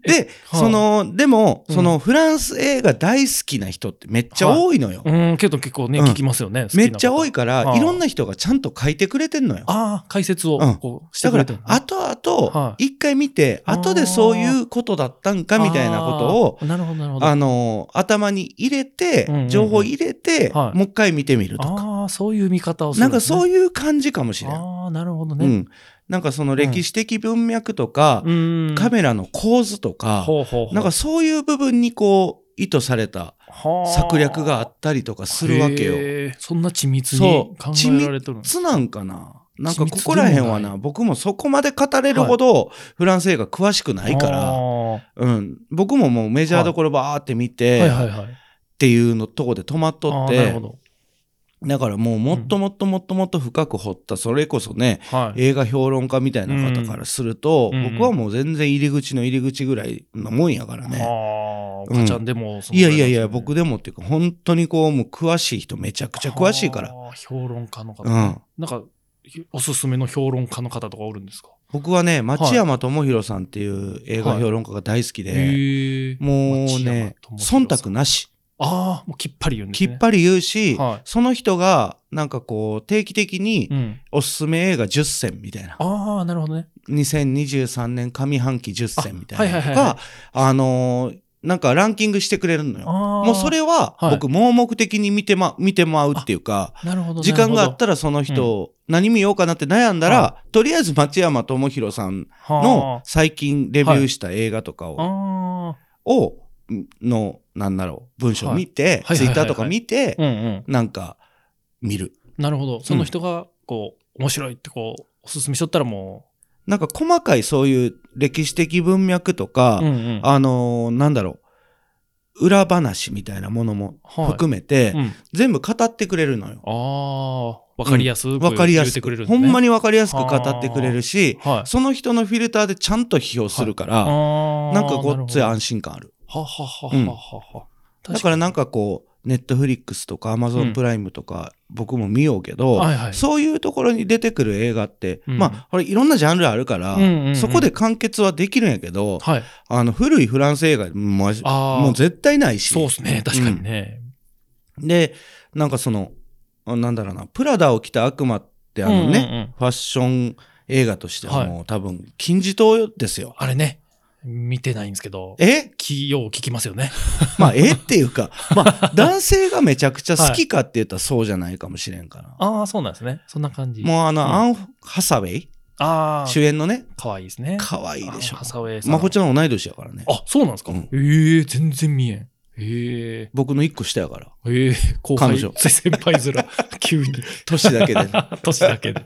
[SPEAKER 4] で、その、でも、
[SPEAKER 3] うん
[SPEAKER 4] その、フランス映画大好きな人ってめっちゃ多いのよ。
[SPEAKER 3] うん、けど結構ね、
[SPEAKER 4] うん
[SPEAKER 3] 聞きますよね。好きな
[SPEAKER 4] め
[SPEAKER 3] 方
[SPEAKER 4] っちゃ多いか
[SPEAKER 3] は
[SPEAKER 4] ら、
[SPEAKER 3] い
[SPEAKER 4] いろんな人がちゃんと書いてくれてんのよ。
[SPEAKER 3] ああ、解説を
[SPEAKER 4] うん
[SPEAKER 3] こうして
[SPEAKER 4] だ
[SPEAKER 3] く
[SPEAKER 4] か
[SPEAKER 3] れ
[SPEAKER 4] ら
[SPEAKER 3] てる、、
[SPEAKER 4] 後
[SPEAKER 3] は
[SPEAKER 4] 々、一回見て、
[SPEAKER 3] あー
[SPEAKER 4] 後でそういうことだったんかみたいなことを、
[SPEAKER 3] あー、なるほど、なるほど。
[SPEAKER 4] あのー頭に入れて、
[SPEAKER 3] うんうんうん
[SPEAKER 4] 情報入れて、
[SPEAKER 3] はい
[SPEAKER 4] もう一回見てみるとか、
[SPEAKER 3] ああ、そういう見方をする
[SPEAKER 4] なんかそう
[SPEAKER 3] い
[SPEAKER 4] いう感じかもしれん。
[SPEAKER 3] ああ、なるほど
[SPEAKER 4] う
[SPEAKER 3] ね。
[SPEAKER 4] ん、なんかその歴史的文脈とか、
[SPEAKER 3] うん。
[SPEAKER 4] カメラの構図とか、
[SPEAKER 3] ほうほうほう
[SPEAKER 4] なんかそういう部分にこう意図された
[SPEAKER 3] はあ
[SPEAKER 4] 策略があったりとかするわけよ。
[SPEAKER 3] へえそんな緻密に
[SPEAKER 4] そう
[SPEAKER 3] 考えられてるんです
[SPEAKER 4] つなんかななん
[SPEAKER 3] 緻
[SPEAKER 4] か
[SPEAKER 3] 密でもない
[SPEAKER 4] ここら辺はな、僕もそこまで語れるほどフランス映画詳しくないから、
[SPEAKER 3] あー
[SPEAKER 4] うん、僕ももうメジャーどころばーって見て、
[SPEAKER 3] はいはいはい。
[SPEAKER 4] っていうのとこで止まっ
[SPEAKER 3] あ
[SPEAKER 4] とっ
[SPEAKER 3] ーなる
[SPEAKER 4] て
[SPEAKER 3] ほ、ど。
[SPEAKER 4] だからもうもっともっともっともっと深く掘った、それこそね、
[SPEAKER 3] はい。
[SPEAKER 4] 映画評論家みたいな方からすると、
[SPEAKER 3] うんうん
[SPEAKER 4] 僕はもう全然入り口の入り口ぐらいのもんやからね。
[SPEAKER 3] ああ、
[SPEAKER 4] うん
[SPEAKER 3] おかちゃんでも、
[SPEAKER 4] いやいやいや、僕でもっていうか、本当にこう、もう詳しい人めちゃくちゃ詳しいから。。
[SPEAKER 3] あー評論家の方。
[SPEAKER 4] うん。
[SPEAKER 3] なんか、ひおすすめの評論家の方とかおるんですか
[SPEAKER 4] 僕はね、町山智博さんっていう映画評論家が大好きで、
[SPEAKER 3] へえ。
[SPEAKER 4] もう
[SPEAKER 3] 町山
[SPEAKER 4] ね
[SPEAKER 3] 智、博さん
[SPEAKER 4] 忖度なし。
[SPEAKER 3] ああ、もうきっぱり言うんです
[SPEAKER 4] き
[SPEAKER 3] ね。
[SPEAKER 4] っぱり言うし、
[SPEAKER 3] はい
[SPEAKER 4] その人がなんかこう定期的に
[SPEAKER 3] うん。
[SPEAKER 4] おすすめ映画10選みたいな、
[SPEAKER 3] ああ、なるほどね。
[SPEAKER 4] 2023年上半期10選みたいなのとか、
[SPEAKER 3] あはいはいはいは
[SPEAKER 4] あのーなんかランキングしてくれるのよ。
[SPEAKER 3] ああ。
[SPEAKER 4] もうそれは
[SPEAKER 3] はい
[SPEAKER 4] 僕盲目的に見てま、見てまうっていうか、
[SPEAKER 3] なるほど、
[SPEAKER 4] 時間があったたらその人、何見ようかなって悩んだら、とりあえず松山智博さんの最近レビューした映画とかを、
[SPEAKER 3] あ
[SPEAKER 4] をの、なんだろう、文章を見て、
[SPEAKER 3] はいはいはい
[SPEAKER 4] ツ
[SPEAKER 3] はい
[SPEAKER 4] イッ
[SPEAKER 3] はい
[SPEAKER 4] ターとか見て、
[SPEAKER 3] あ。うんうん。
[SPEAKER 4] なんか見る。
[SPEAKER 3] なるほど。その人が、こう、面白いってこう、おすすめしとったらも
[SPEAKER 4] なんか細かいそういう歴史的文脈とか、
[SPEAKER 3] う。うんうん。
[SPEAKER 4] あのーなんだろう、裏話みたいなものも
[SPEAKER 3] はい
[SPEAKER 4] 含めて、
[SPEAKER 3] うん、
[SPEAKER 4] 全部語ってくれるのよ。
[SPEAKER 3] ああ、わかりやすく
[SPEAKER 4] わかりや
[SPEAKER 3] 言っ
[SPEAKER 4] す
[SPEAKER 3] て
[SPEAKER 4] く
[SPEAKER 3] くれるん
[SPEAKER 4] ほんま
[SPEAKER 3] に。
[SPEAKER 4] にわかりやすく語ってくれるし、
[SPEAKER 3] はい。
[SPEAKER 4] その人のフィルターでちゃんと批評するから、
[SPEAKER 3] ああ。
[SPEAKER 4] なんかごっつい
[SPEAKER 3] なる
[SPEAKER 4] 安心感ある。
[SPEAKER 3] ほどははは
[SPEAKER 4] うん
[SPEAKER 3] ははは。
[SPEAKER 4] だかららなんかこう、ネットフリックスとかアマゾ
[SPEAKER 3] うん
[SPEAKER 4] ンプライムとか、僕も見ようけど、
[SPEAKER 3] はいはい。
[SPEAKER 4] そういうところに出てくる映画って、
[SPEAKER 3] うん
[SPEAKER 4] まあ、これいろんなジャンルあるから、
[SPEAKER 3] うんうんうん
[SPEAKER 4] そこで完結はできるんやけど、
[SPEAKER 3] はい。
[SPEAKER 4] あの、古いフランス映画、もう
[SPEAKER 3] ああ。
[SPEAKER 4] もう絶対ないし。
[SPEAKER 3] そうですね。確かにね。
[SPEAKER 4] うんで、なんかその、あなんだろうな、プラダを着た悪魔ってあ
[SPEAKER 3] うんう
[SPEAKER 4] の
[SPEAKER 3] ん
[SPEAKER 4] ね、
[SPEAKER 3] うん
[SPEAKER 4] ファッション映画としては
[SPEAKER 3] はい
[SPEAKER 4] もう多分、金字塔ですよ。
[SPEAKER 3] あれね、見てないんですけど。
[SPEAKER 4] え [LAUGHS]
[SPEAKER 3] きよう聞きますよね。
[SPEAKER 4] まあ、えっていう
[SPEAKER 3] [LAUGHS]
[SPEAKER 4] か、まあ、男性がめちゃくちゃ好きかって言ったらそうじゃないかもしれんから。
[SPEAKER 3] ああ、そうなんですね。そんな感じ。
[SPEAKER 4] もうあの、
[SPEAKER 3] うん
[SPEAKER 4] アン・ハサウェイ
[SPEAKER 3] ああ、
[SPEAKER 4] 主演のね、
[SPEAKER 3] かわいいですね。
[SPEAKER 4] 可愛いでしょ
[SPEAKER 3] あ。ハサウェイさん。
[SPEAKER 4] まこちゃんは同い年やからね。
[SPEAKER 3] あ、そうなんですか。
[SPEAKER 4] うん
[SPEAKER 3] ええ全然見えん。え
[SPEAKER 4] 僕の一個下やから。
[SPEAKER 3] えええ後輩。
[SPEAKER 4] 彼女
[SPEAKER 3] 先輩
[SPEAKER 4] [LAUGHS]
[SPEAKER 3] 面。急に。
[SPEAKER 4] 年だけでね。
[SPEAKER 3] [LAUGHS] 年だけで。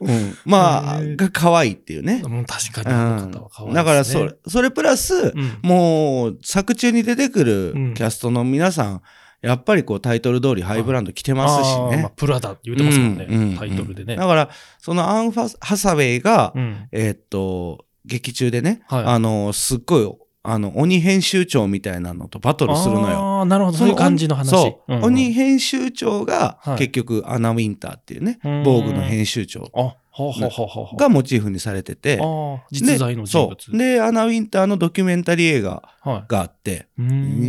[SPEAKER 4] うん。まあ、
[SPEAKER 3] へー
[SPEAKER 4] が可愛いっていうね。
[SPEAKER 3] うん、確かに。
[SPEAKER 4] う
[SPEAKER 3] あの方は可愛いですね
[SPEAKER 4] ん。だから、それ、、それプラス
[SPEAKER 3] う、ん。
[SPEAKER 4] もう、作中に出てくる
[SPEAKER 3] うん
[SPEAKER 4] キャストの皆さん、やっぱりこう、タイトル通りハイブランド着てますし
[SPEAKER 3] あーまあ
[SPEAKER 4] ね。
[SPEAKER 3] プラダって言ってますもんね。
[SPEAKER 4] うんうん
[SPEAKER 3] タイトルでね。
[SPEAKER 4] だから、そのアン・ファハサウェイが
[SPEAKER 3] う、ん。
[SPEAKER 4] えーっと、劇中でね、
[SPEAKER 3] はい
[SPEAKER 4] あの、すっごい、あの、鬼編集長みたいなのとバトルするのよ。
[SPEAKER 3] ああ、なるほど。そういう感じの話。
[SPEAKER 4] そう。
[SPEAKER 3] んん
[SPEAKER 4] 鬼編集長が
[SPEAKER 3] はい、
[SPEAKER 4] 結局、アナ・ウィンターっていうね、
[SPEAKER 3] うん
[SPEAKER 4] 防具の編集長
[SPEAKER 3] あ、はあはあはあはあ。
[SPEAKER 4] がモチーフにされてて、
[SPEAKER 3] ああ、実在の人物。
[SPEAKER 4] そう。で、アナ・ウィンターのドキュメンタリー映画
[SPEAKER 3] は
[SPEAKER 4] があって、
[SPEAKER 3] い。うーん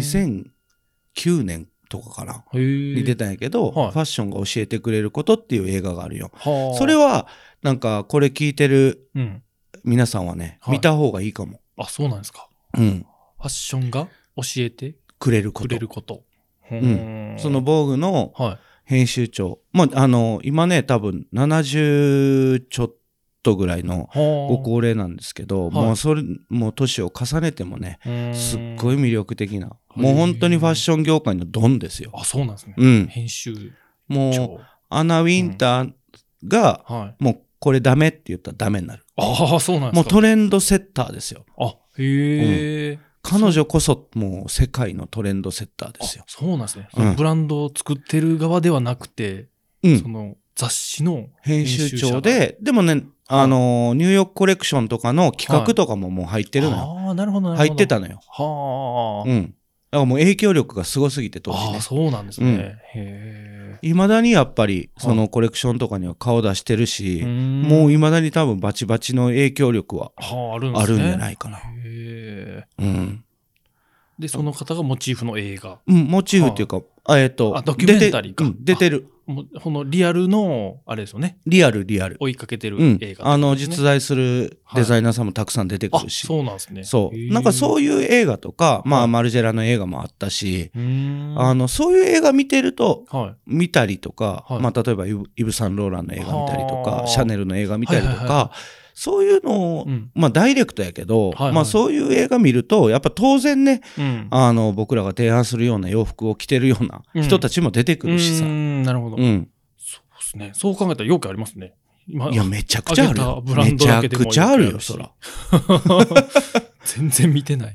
[SPEAKER 4] 2009年とかかな、
[SPEAKER 3] へー
[SPEAKER 4] に出たんやけど、
[SPEAKER 3] はい
[SPEAKER 4] ファッションが教えてくれることっていう映画があるよ。
[SPEAKER 3] はあ
[SPEAKER 4] それは、なんか、これ聞いてる
[SPEAKER 3] うん。
[SPEAKER 4] 皆さんはね、
[SPEAKER 3] はい
[SPEAKER 4] 見た方がいいかも。
[SPEAKER 3] あ、そうなんですか。
[SPEAKER 4] うん。
[SPEAKER 3] ファッションが教えて
[SPEAKER 4] くれるこ
[SPEAKER 3] く
[SPEAKER 4] と
[SPEAKER 3] れ。ること。うーん
[SPEAKER 4] その、防具の
[SPEAKER 3] は
[SPEAKER 4] 編集長。まあ、あの、今ね、多分70ちょっとぐらいの
[SPEAKER 3] い。
[SPEAKER 4] ご
[SPEAKER 3] は
[SPEAKER 4] 高齢なんですけど、
[SPEAKER 3] はい
[SPEAKER 4] もうそれ、もう年を重ねてもね、
[SPEAKER 3] あ
[SPEAKER 4] すっご
[SPEAKER 3] い。
[SPEAKER 4] い魅力的な、
[SPEAKER 3] ー
[SPEAKER 4] もう本当にファッション業界のドンですよ。
[SPEAKER 3] あ、そうなんですね。
[SPEAKER 4] うん。
[SPEAKER 3] 編集
[SPEAKER 4] もう、
[SPEAKER 3] 長。
[SPEAKER 4] アナ・ウィンターが、
[SPEAKER 3] はい。
[SPEAKER 4] もうこれダメって言ったらダメになる。
[SPEAKER 3] ああ、そうなんで
[SPEAKER 4] も
[SPEAKER 3] す
[SPEAKER 4] う
[SPEAKER 3] か。
[SPEAKER 4] トレンドセッターですよ。
[SPEAKER 3] あ、へえ。
[SPEAKER 4] 彼女こそもう世界のトレンドセッターですよ
[SPEAKER 3] あ。そうなんですね。
[SPEAKER 4] うん
[SPEAKER 3] ブランドを作ってる側ではなくて、
[SPEAKER 4] うん
[SPEAKER 3] その雑誌の
[SPEAKER 4] 編集長
[SPEAKER 3] 編集
[SPEAKER 4] で、でもね、あのーニューヨークコレクションとかの企画とかももう入ってるのよ。
[SPEAKER 3] ああ、なるほど、なるほど。
[SPEAKER 4] 入ってたのよ。
[SPEAKER 3] はあ。
[SPEAKER 4] うん。だからもう影響力がすごすぎて当時
[SPEAKER 3] ああ、
[SPEAKER 4] ね。
[SPEAKER 3] そうなんです
[SPEAKER 4] うん
[SPEAKER 3] ね。へ
[SPEAKER 4] いまだにやっぱり、
[SPEAKER 3] はい
[SPEAKER 4] そのコレクションとかには顔出してるし、
[SPEAKER 3] え。
[SPEAKER 4] もう
[SPEAKER 3] うーん、
[SPEAKER 4] いまだに多分バチバチの影響力は
[SPEAKER 3] はあ、あるんですね。
[SPEAKER 4] あるんじゃないかな。
[SPEAKER 3] へえ。
[SPEAKER 4] うん。
[SPEAKER 3] で、その方がモチーフの映画。
[SPEAKER 4] うん、モチーフっていうか、あえっと
[SPEAKER 3] あ、ドキュメンタリーか
[SPEAKER 4] 出てうん出てる。
[SPEAKER 3] もうこのリアルの、あれですよね。
[SPEAKER 4] リアル、リアル。
[SPEAKER 3] 追いかけてる
[SPEAKER 4] うん
[SPEAKER 3] 映。画、
[SPEAKER 4] あの、実在するデザイナーさんもたくさん出てく
[SPEAKER 3] あ
[SPEAKER 4] る、し。
[SPEAKER 3] そうなんですね。
[SPEAKER 4] そう。なんかそう
[SPEAKER 3] いう。
[SPEAKER 4] いう映画とか、ま
[SPEAKER 3] はい
[SPEAKER 4] あ、マルジェラの映画もあったし、
[SPEAKER 3] うーん。
[SPEAKER 4] あの、そういう映画見てると、
[SPEAKER 3] はい。
[SPEAKER 4] 見たりとか、
[SPEAKER 3] はい
[SPEAKER 4] まあ、例えばイブイブ・サンローランの映画見たりと
[SPEAKER 3] は
[SPEAKER 4] か
[SPEAKER 3] あ
[SPEAKER 4] シャネルの映画見たりとか、
[SPEAKER 3] はいはいは
[SPEAKER 4] そういうのを、
[SPEAKER 3] うん。
[SPEAKER 4] まあ、ダイレクトやけど、
[SPEAKER 3] はいはい
[SPEAKER 4] まあ、そういう映画見るとやっぱ当然ね
[SPEAKER 3] うん。
[SPEAKER 4] あの僕らが提案するような洋服を着てるような
[SPEAKER 3] うん
[SPEAKER 4] 人たちも出てくるしさ、
[SPEAKER 3] うー
[SPEAKER 4] うん
[SPEAKER 3] んなるほど。そうですね。そう考えたらよくありますね。今
[SPEAKER 4] いやめちゃくちゃある
[SPEAKER 3] あ
[SPEAKER 4] よ
[SPEAKER 3] げたブラン
[SPEAKER 4] め
[SPEAKER 3] ド
[SPEAKER 4] ち
[SPEAKER 3] だ
[SPEAKER 4] ゃ
[SPEAKER 3] けでも
[SPEAKER 4] くちゃあるよ
[SPEAKER 3] いく
[SPEAKER 4] そ
[SPEAKER 3] ら
[SPEAKER 4] ら
[SPEAKER 3] 全然見て
[SPEAKER 4] [LAUGHS]
[SPEAKER 3] ない。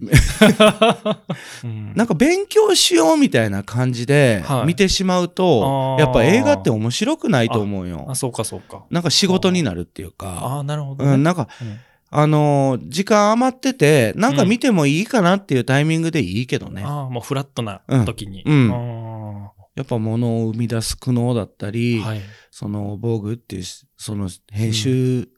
[SPEAKER 3] うん
[SPEAKER 4] なんか勉強しようみたいな感じで
[SPEAKER 3] はい
[SPEAKER 4] 見てしまうと、
[SPEAKER 3] あー
[SPEAKER 4] やっぱ映画って面白くないと思うよ
[SPEAKER 3] あ、そうかそうか。
[SPEAKER 4] なんか仕事になるっていうか
[SPEAKER 3] ああ、なるほど、ね。
[SPEAKER 4] うん、なんか
[SPEAKER 3] うん
[SPEAKER 4] あのー時間余ってて、なんか見てもいいかなっていうタイミングでいいけどね。
[SPEAKER 3] ああ、もうフラットな時に。
[SPEAKER 4] うん
[SPEAKER 3] あ
[SPEAKER 4] やっぱ物を生み出す苦悩だったり、
[SPEAKER 3] あはい。
[SPEAKER 4] その防具っていうし、その編集、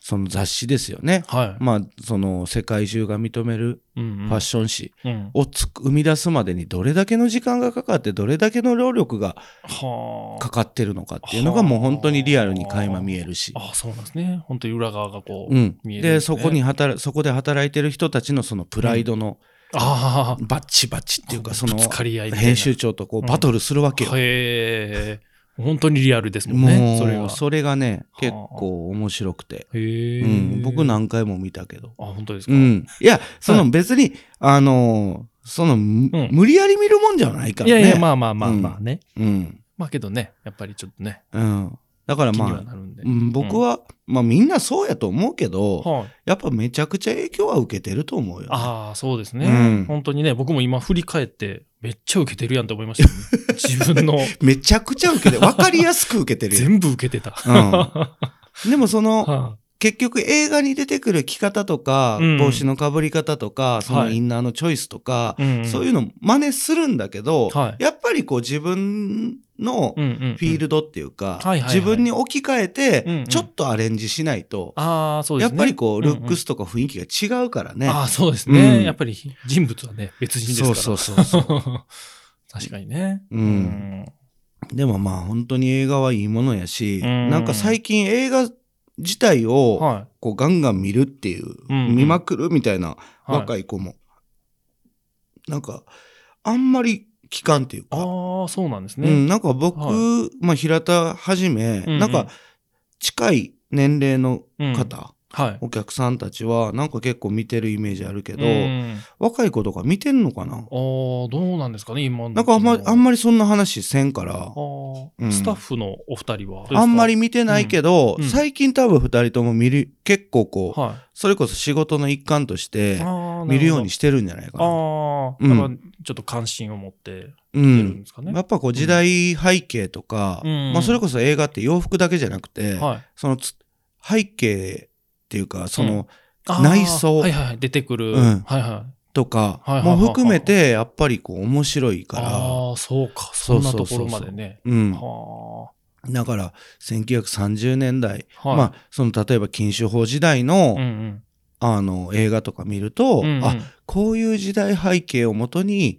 [SPEAKER 4] その雑誌ですよね。
[SPEAKER 3] は
[SPEAKER 4] まあ、その世界中が認める
[SPEAKER 3] い。うんうん
[SPEAKER 4] ファッション誌
[SPEAKER 3] うん
[SPEAKER 4] をつく生み出すまでにどれだけの時間がかかってどれだけの労力が
[SPEAKER 3] はあ
[SPEAKER 4] かかってるのかっていうのがもう本当にリアルに垣間見えるし。
[SPEAKER 3] あそうなんですね。本当に裏側がこう、
[SPEAKER 4] うん、
[SPEAKER 3] 見えるん
[SPEAKER 4] です
[SPEAKER 3] ね
[SPEAKER 4] そこに働そこで働いてる人たちのそのプライドの
[SPEAKER 3] ああ、
[SPEAKER 4] バッチバチっていうかその
[SPEAKER 3] ぶつかり合いみたいな
[SPEAKER 4] 編集長とこうバトルするわけよ。
[SPEAKER 3] へえ、本当にリアルですもん
[SPEAKER 4] も
[SPEAKER 3] ね、
[SPEAKER 4] う
[SPEAKER 3] そ
[SPEAKER 4] そ
[SPEAKER 3] れ
[SPEAKER 4] れ
[SPEAKER 3] は。
[SPEAKER 4] がね
[SPEAKER 3] はあ
[SPEAKER 4] 結構面白くて、
[SPEAKER 3] へえ、
[SPEAKER 4] うん、僕。何回も見たけど。
[SPEAKER 3] あ、本当ですか。
[SPEAKER 4] うん、いやそ
[SPEAKER 3] は
[SPEAKER 4] の別に、あのーその、
[SPEAKER 3] ん
[SPEAKER 4] 無理やり見るもんじゃないか
[SPEAKER 3] い
[SPEAKER 4] ら
[SPEAKER 3] や
[SPEAKER 4] ね。
[SPEAKER 3] いや、まあまあまあまあね。
[SPEAKER 4] うん
[SPEAKER 3] まあけどね、やっぱりちょっとね、
[SPEAKER 4] うん、だから
[SPEAKER 3] 気に
[SPEAKER 4] ま
[SPEAKER 3] は
[SPEAKER 4] あ
[SPEAKER 3] なるんで。
[SPEAKER 4] うん、僕は、まあみんなそうやと思うけど、
[SPEAKER 3] はい。
[SPEAKER 4] やっぱめちゃくちゃ影響は受けてると思うよ。
[SPEAKER 3] ああ、そうですね、
[SPEAKER 4] うん
[SPEAKER 3] 本当にね、僕も今振り返って、めっちゃ受けてるやんと思いましたよね、
[SPEAKER 4] [LAUGHS]
[SPEAKER 3] 自分の、
[SPEAKER 4] めちゃくちゃ受けてる。わかりやすく受けてるよ。
[SPEAKER 3] 全部受けてた。 [LAUGHS]
[SPEAKER 4] うん、でもその、
[SPEAKER 3] は
[SPEAKER 4] 結局映画に出てくる着方とか、
[SPEAKER 3] うん
[SPEAKER 4] 帽子のかぶり方とか、その
[SPEAKER 3] はい
[SPEAKER 4] インナーのチョイスとか、
[SPEAKER 3] いうん
[SPEAKER 4] そういうの真似するんだけど、
[SPEAKER 3] は
[SPEAKER 4] やっぱりこう自分の
[SPEAKER 3] うんうんうん
[SPEAKER 4] フィールドっていうか、
[SPEAKER 3] はいはいはい
[SPEAKER 4] 自分に置き換え
[SPEAKER 3] うんうん
[SPEAKER 4] て、ちょっとアレンジしないと、
[SPEAKER 3] ああ、そうで
[SPEAKER 4] や
[SPEAKER 3] す
[SPEAKER 4] っ
[SPEAKER 3] ね。
[SPEAKER 4] ぱりこう、ルック
[SPEAKER 3] ス、
[SPEAKER 4] スとか雰囲気が違うからね。
[SPEAKER 3] ああ、そうですね、
[SPEAKER 4] うん
[SPEAKER 3] やっぱり人物はね、別人ですか
[SPEAKER 4] そ
[SPEAKER 3] ら。
[SPEAKER 4] うそうそうそう。
[SPEAKER 3] [LAUGHS] 確かにね。
[SPEAKER 4] う、
[SPEAKER 3] うん
[SPEAKER 4] でもまあ本当に映画はいいものやし、
[SPEAKER 3] うん
[SPEAKER 4] なんか最近映画自体を
[SPEAKER 3] は
[SPEAKER 4] こうガンガン見るっていう、
[SPEAKER 3] うんうん。
[SPEAKER 4] 見まくるみたいない
[SPEAKER 3] はい、
[SPEAKER 4] 若い子も、なんかあんまり聞かんっていうか、
[SPEAKER 3] ああ、そうなんです
[SPEAKER 4] う
[SPEAKER 3] ね。
[SPEAKER 4] ん、なんか僕、
[SPEAKER 3] は
[SPEAKER 4] まあ平田はじめ、
[SPEAKER 3] うん
[SPEAKER 4] なんか近い年齢の
[SPEAKER 3] うん
[SPEAKER 4] 方、
[SPEAKER 3] はい。
[SPEAKER 4] お客さんたちはなんか結構見てるイメージあるけど、
[SPEAKER 3] うん
[SPEAKER 4] 若い子とか見てんのかな
[SPEAKER 3] ああ、どうなんですかね、今の
[SPEAKER 4] なんかあんまりあん
[SPEAKER 3] ま
[SPEAKER 4] まりそんな話せんから
[SPEAKER 3] あ。ー
[SPEAKER 4] うん
[SPEAKER 3] スタッフのお二人はどうですか
[SPEAKER 4] あんまり。見てないけど、
[SPEAKER 3] うんうん
[SPEAKER 4] 最近多分2人とも見る結構こう、
[SPEAKER 3] は
[SPEAKER 4] それこそ仕事の一環として
[SPEAKER 3] い。ああ
[SPEAKER 4] 見るようにしてるんじゃないか
[SPEAKER 3] あ
[SPEAKER 4] な。
[SPEAKER 3] あー、
[SPEAKER 4] うん
[SPEAKER 3] やっぱちょっと関心を持って
[SPEAKER 4] う
[SPEAKER 3] 見てるん
[SPEAKER 4] ん、
[SPEAKER 3] ですかね。
[SPEAKER 4] やっぱこう時代背景とか、
[SPEAKER 3] うん
[SPEAKER 4] まあ、それこそ映画って洋服だけじゃなくて、
[SPEAKER 3] はい
[SPEAKER 4] そのつ背景っていうかそ
[SPEAKER 3] うん
[SPEAKER 4] の
[SPEAKER 3] あー
[SPEAKER 4] 内装
[SPEAKER 3] はいはいはい。出てくる。
[SPEAKER 4] うん
[SPEAKER 3] はいはい。
[SPEAKER 4] とか
[SPEAKER 3] はいはいはいは
[SPEAKER 4] も
[SPEAKER 3] い
[SPEAKER 4] 含めてやっぱりこう面白いから、
[SPEAKER 3] ああ、そうか。そ
[SPEAKER 4] そ
[SPEAKER 3] ん
[SPEAKER 4] う
[SPEAKER 3] な
[SPEAKER 4] そ
[SPEAKER 3] と
[SPEAKER 4] う
[SPEAKER 3] こ
[SPEAKER 4] そう
[SPEAKER 3] ろまでね。
[SPEAKER 4] うん、
[SPEAKER 3] は
[SPEAKER 4] だから1930年代、
[SPEAKER 3] あ。はい。
[SPEAKER 4] まあ、その例えば禁酒法時代の,、
[SPEAKER 3] うんうん
[SPEAKER 4] あの映画とか見ると、
[SPEAKER 3] うんうん。
[SPEAKER 4] あこういう時代背景をもとに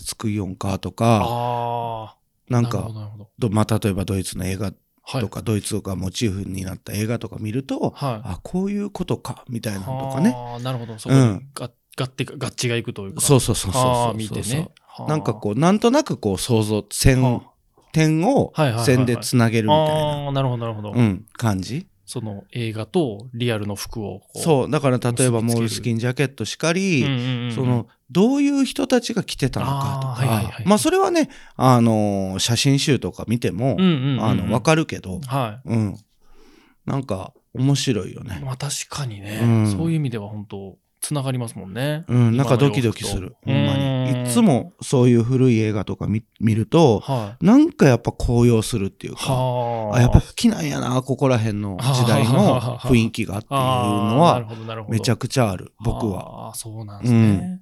[SPEAKER 4] 作りよんかとか
[SPEAKER 3] あー、
[SPEAKER 4] なん
[SPEAKER 3] なるほ
[SPEAKER 4] か
[SPEAKER 3] どなるほど。
[SPEAKER 4] どまあ、例えばドイツの映画
[SPEAKER 3] はい
[SPEAKER 4] と。か、ドイツがモチーフになった映画とか見ると
[SPEAKER 3] はい。
[SPEAKER 4] あこういうことかみたいなのとかね
[SPEAKER 3] ああ、なるほど。そこに
[SPEAKER 4] うん
[SPEAKER 3] ががってが合致がいくというか。
[SPEAKER 4] そうそうそうそうそう
[SPEAKER 3] あ
[SPEAKER 4] そ
[SPEAKER 3] あ
[SPEAKER 4] う
[SPEAKER 3] 見てね。はあ
[SPEAKER 4] なんかこうなんとなくこう想像線
[SPEAKER 3] は
[SPEAKER 4] 点を
[SPEAKER 3] はいはいはいはい
[SPEAKER 4] 線でつなげるみたいな、
[SPEAKER 3] ああ、なるほど、なるほど。
[SPEAKER 4] うん、感じ
[SPEAKER 3] その映画とリアルの服をこう。
[SPEAKER 4] そうだから例えば
[SPEAKER 3] 結びつける
[SPEAKER 4] モールスキンジャケットしか
[SPEAKER 3] う
[SPEAKER 4] り、
[SPEAKER 3] んうんうん
[SPEAKER 4] そのどういう人たちが来てたのかとか
[SPEAKER 3] あーはいはいはい
[SPEAKER 4] まあそれはね、あのー写真集とか見ても、
[SPEAKER 3] うんうんうんうん
[SPEAKER 4] あの分かるけど、
[SPEAKER 3] は
[SPEAKER 4] うん、なんか面白いよ
[SPEAKER 3] い。
[SPEAKER 4] ね、
[SPEAKER 3] まあ確かにね、
[SPEAKER 4] うん
[SPEAKER 3] そういう意味では本当つながりますもんね。
[SPEAKER 4] うん、なんかドキドキするほ
[SPEAKER 3] 今
[SPEAKER 4] ん
[SPEAKER 3] の
[SPEAKER 4] ま
[SPEAKER 3] 洋服と
[SPEAKER 4] にいつもそういう古い映画とか見見ると
[SPEAKER 3] は
[SPEAKER 4] なんかやっぱ高揚するっていう
[SPEAKER 3] い。
[SPEAKER 4] か
[SPEAKER 3] はあ。
[SPEAKER 4] あやっぱ好きなんやなここら辺の時代の雰囲気がっていうの
[SPEAKER 3] あーな
[SPEAKER 4] は
[SPEAKER 3] るほどなるほど
[SPEAKER 4] めちゃくちゃある僕は。。
[SPEAKER 3] ああ、そうなんですね。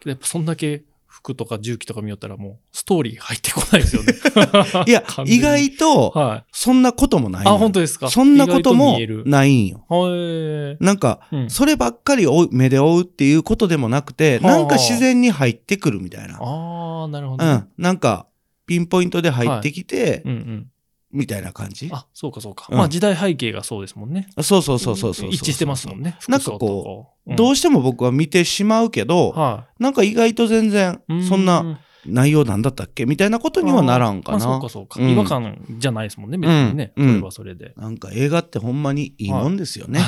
[SPEAKER 3] けどやっぱそんだけ服とか重機とか見よったらもうストーリー入ってこないですよね
[SPEAKER 4] [LAUGHS] いや
[SPEAKER 3] [LAUGHS] 完全
[SPEAKER 4] 意
[SPEAKER 3] に
[SPEAKER 4] 外と
[SPEAKER 3] はい。
[SPEAKER 4] そんなこともないの
[SPEAKER 3] あ、
[SPEAKER 4] よ
[SPEAKER 3] 本当ですか。
[SPEAKER 4] そんなこと
[SPEAKER 3] 意外
[SPEAKER 4] も
[SPEAKER 3] 見える
[SPEAKER 4] ないんよ。
[SPEAKER 3] はい。
[SPEAKER 4] なんか、
[SPEAKER 3] うん
[SPEAKER 4] そればっかり追う目で追うっていうことでもなくて、
[SPEAKER 3] はあ
[SPEAKER 4] なんか自然に入ってくるみたいな。
[SPEAKER 3] ああ、なるほど。
[SPEAKER 4] うん。なんか、ピンポイントで入ってきて、
[SPEAKER 3] うんうん。
[SPEAKER 4] みたいな感じ。
[SPEAKER 3] あ、そうかそうか。
[SPEAKER 4] うん
[SPEAKER 3] まあ時代背景がそうですもんね。
[SPEAKER 4] そうそうそうそうそう。
[SPEAKER 3] 一致してますもんね。
[SPEAKER 4] なんかこどう
[SPEAKER 3] し
[SPEAKER 4] しても僕は見てしまうけど、
[SPEAKER 3] は
[SPEAKER 4] なんか意外と全然
[SPEAKER 3] い。、
[SPEAKER 4] そんな内容なんだったっけみたいなことにはならん
[SPEAKER 3] あ
[SPEAKER 4] か
[SPEAKER 3] ーま
[SPEAKER 4] な
[SPEAKER 3] あそうか。そうか。
[SPEAKER 4] うん
[SPEAKER 3] 違和感じゃないですもんね、別にね。そ
[SPEAKER 4] うん。
[SPEAKER 3] れはそれで
[SPEAKER 4] [LAUGHS] なんか映画ってほんまにいいもんですよね。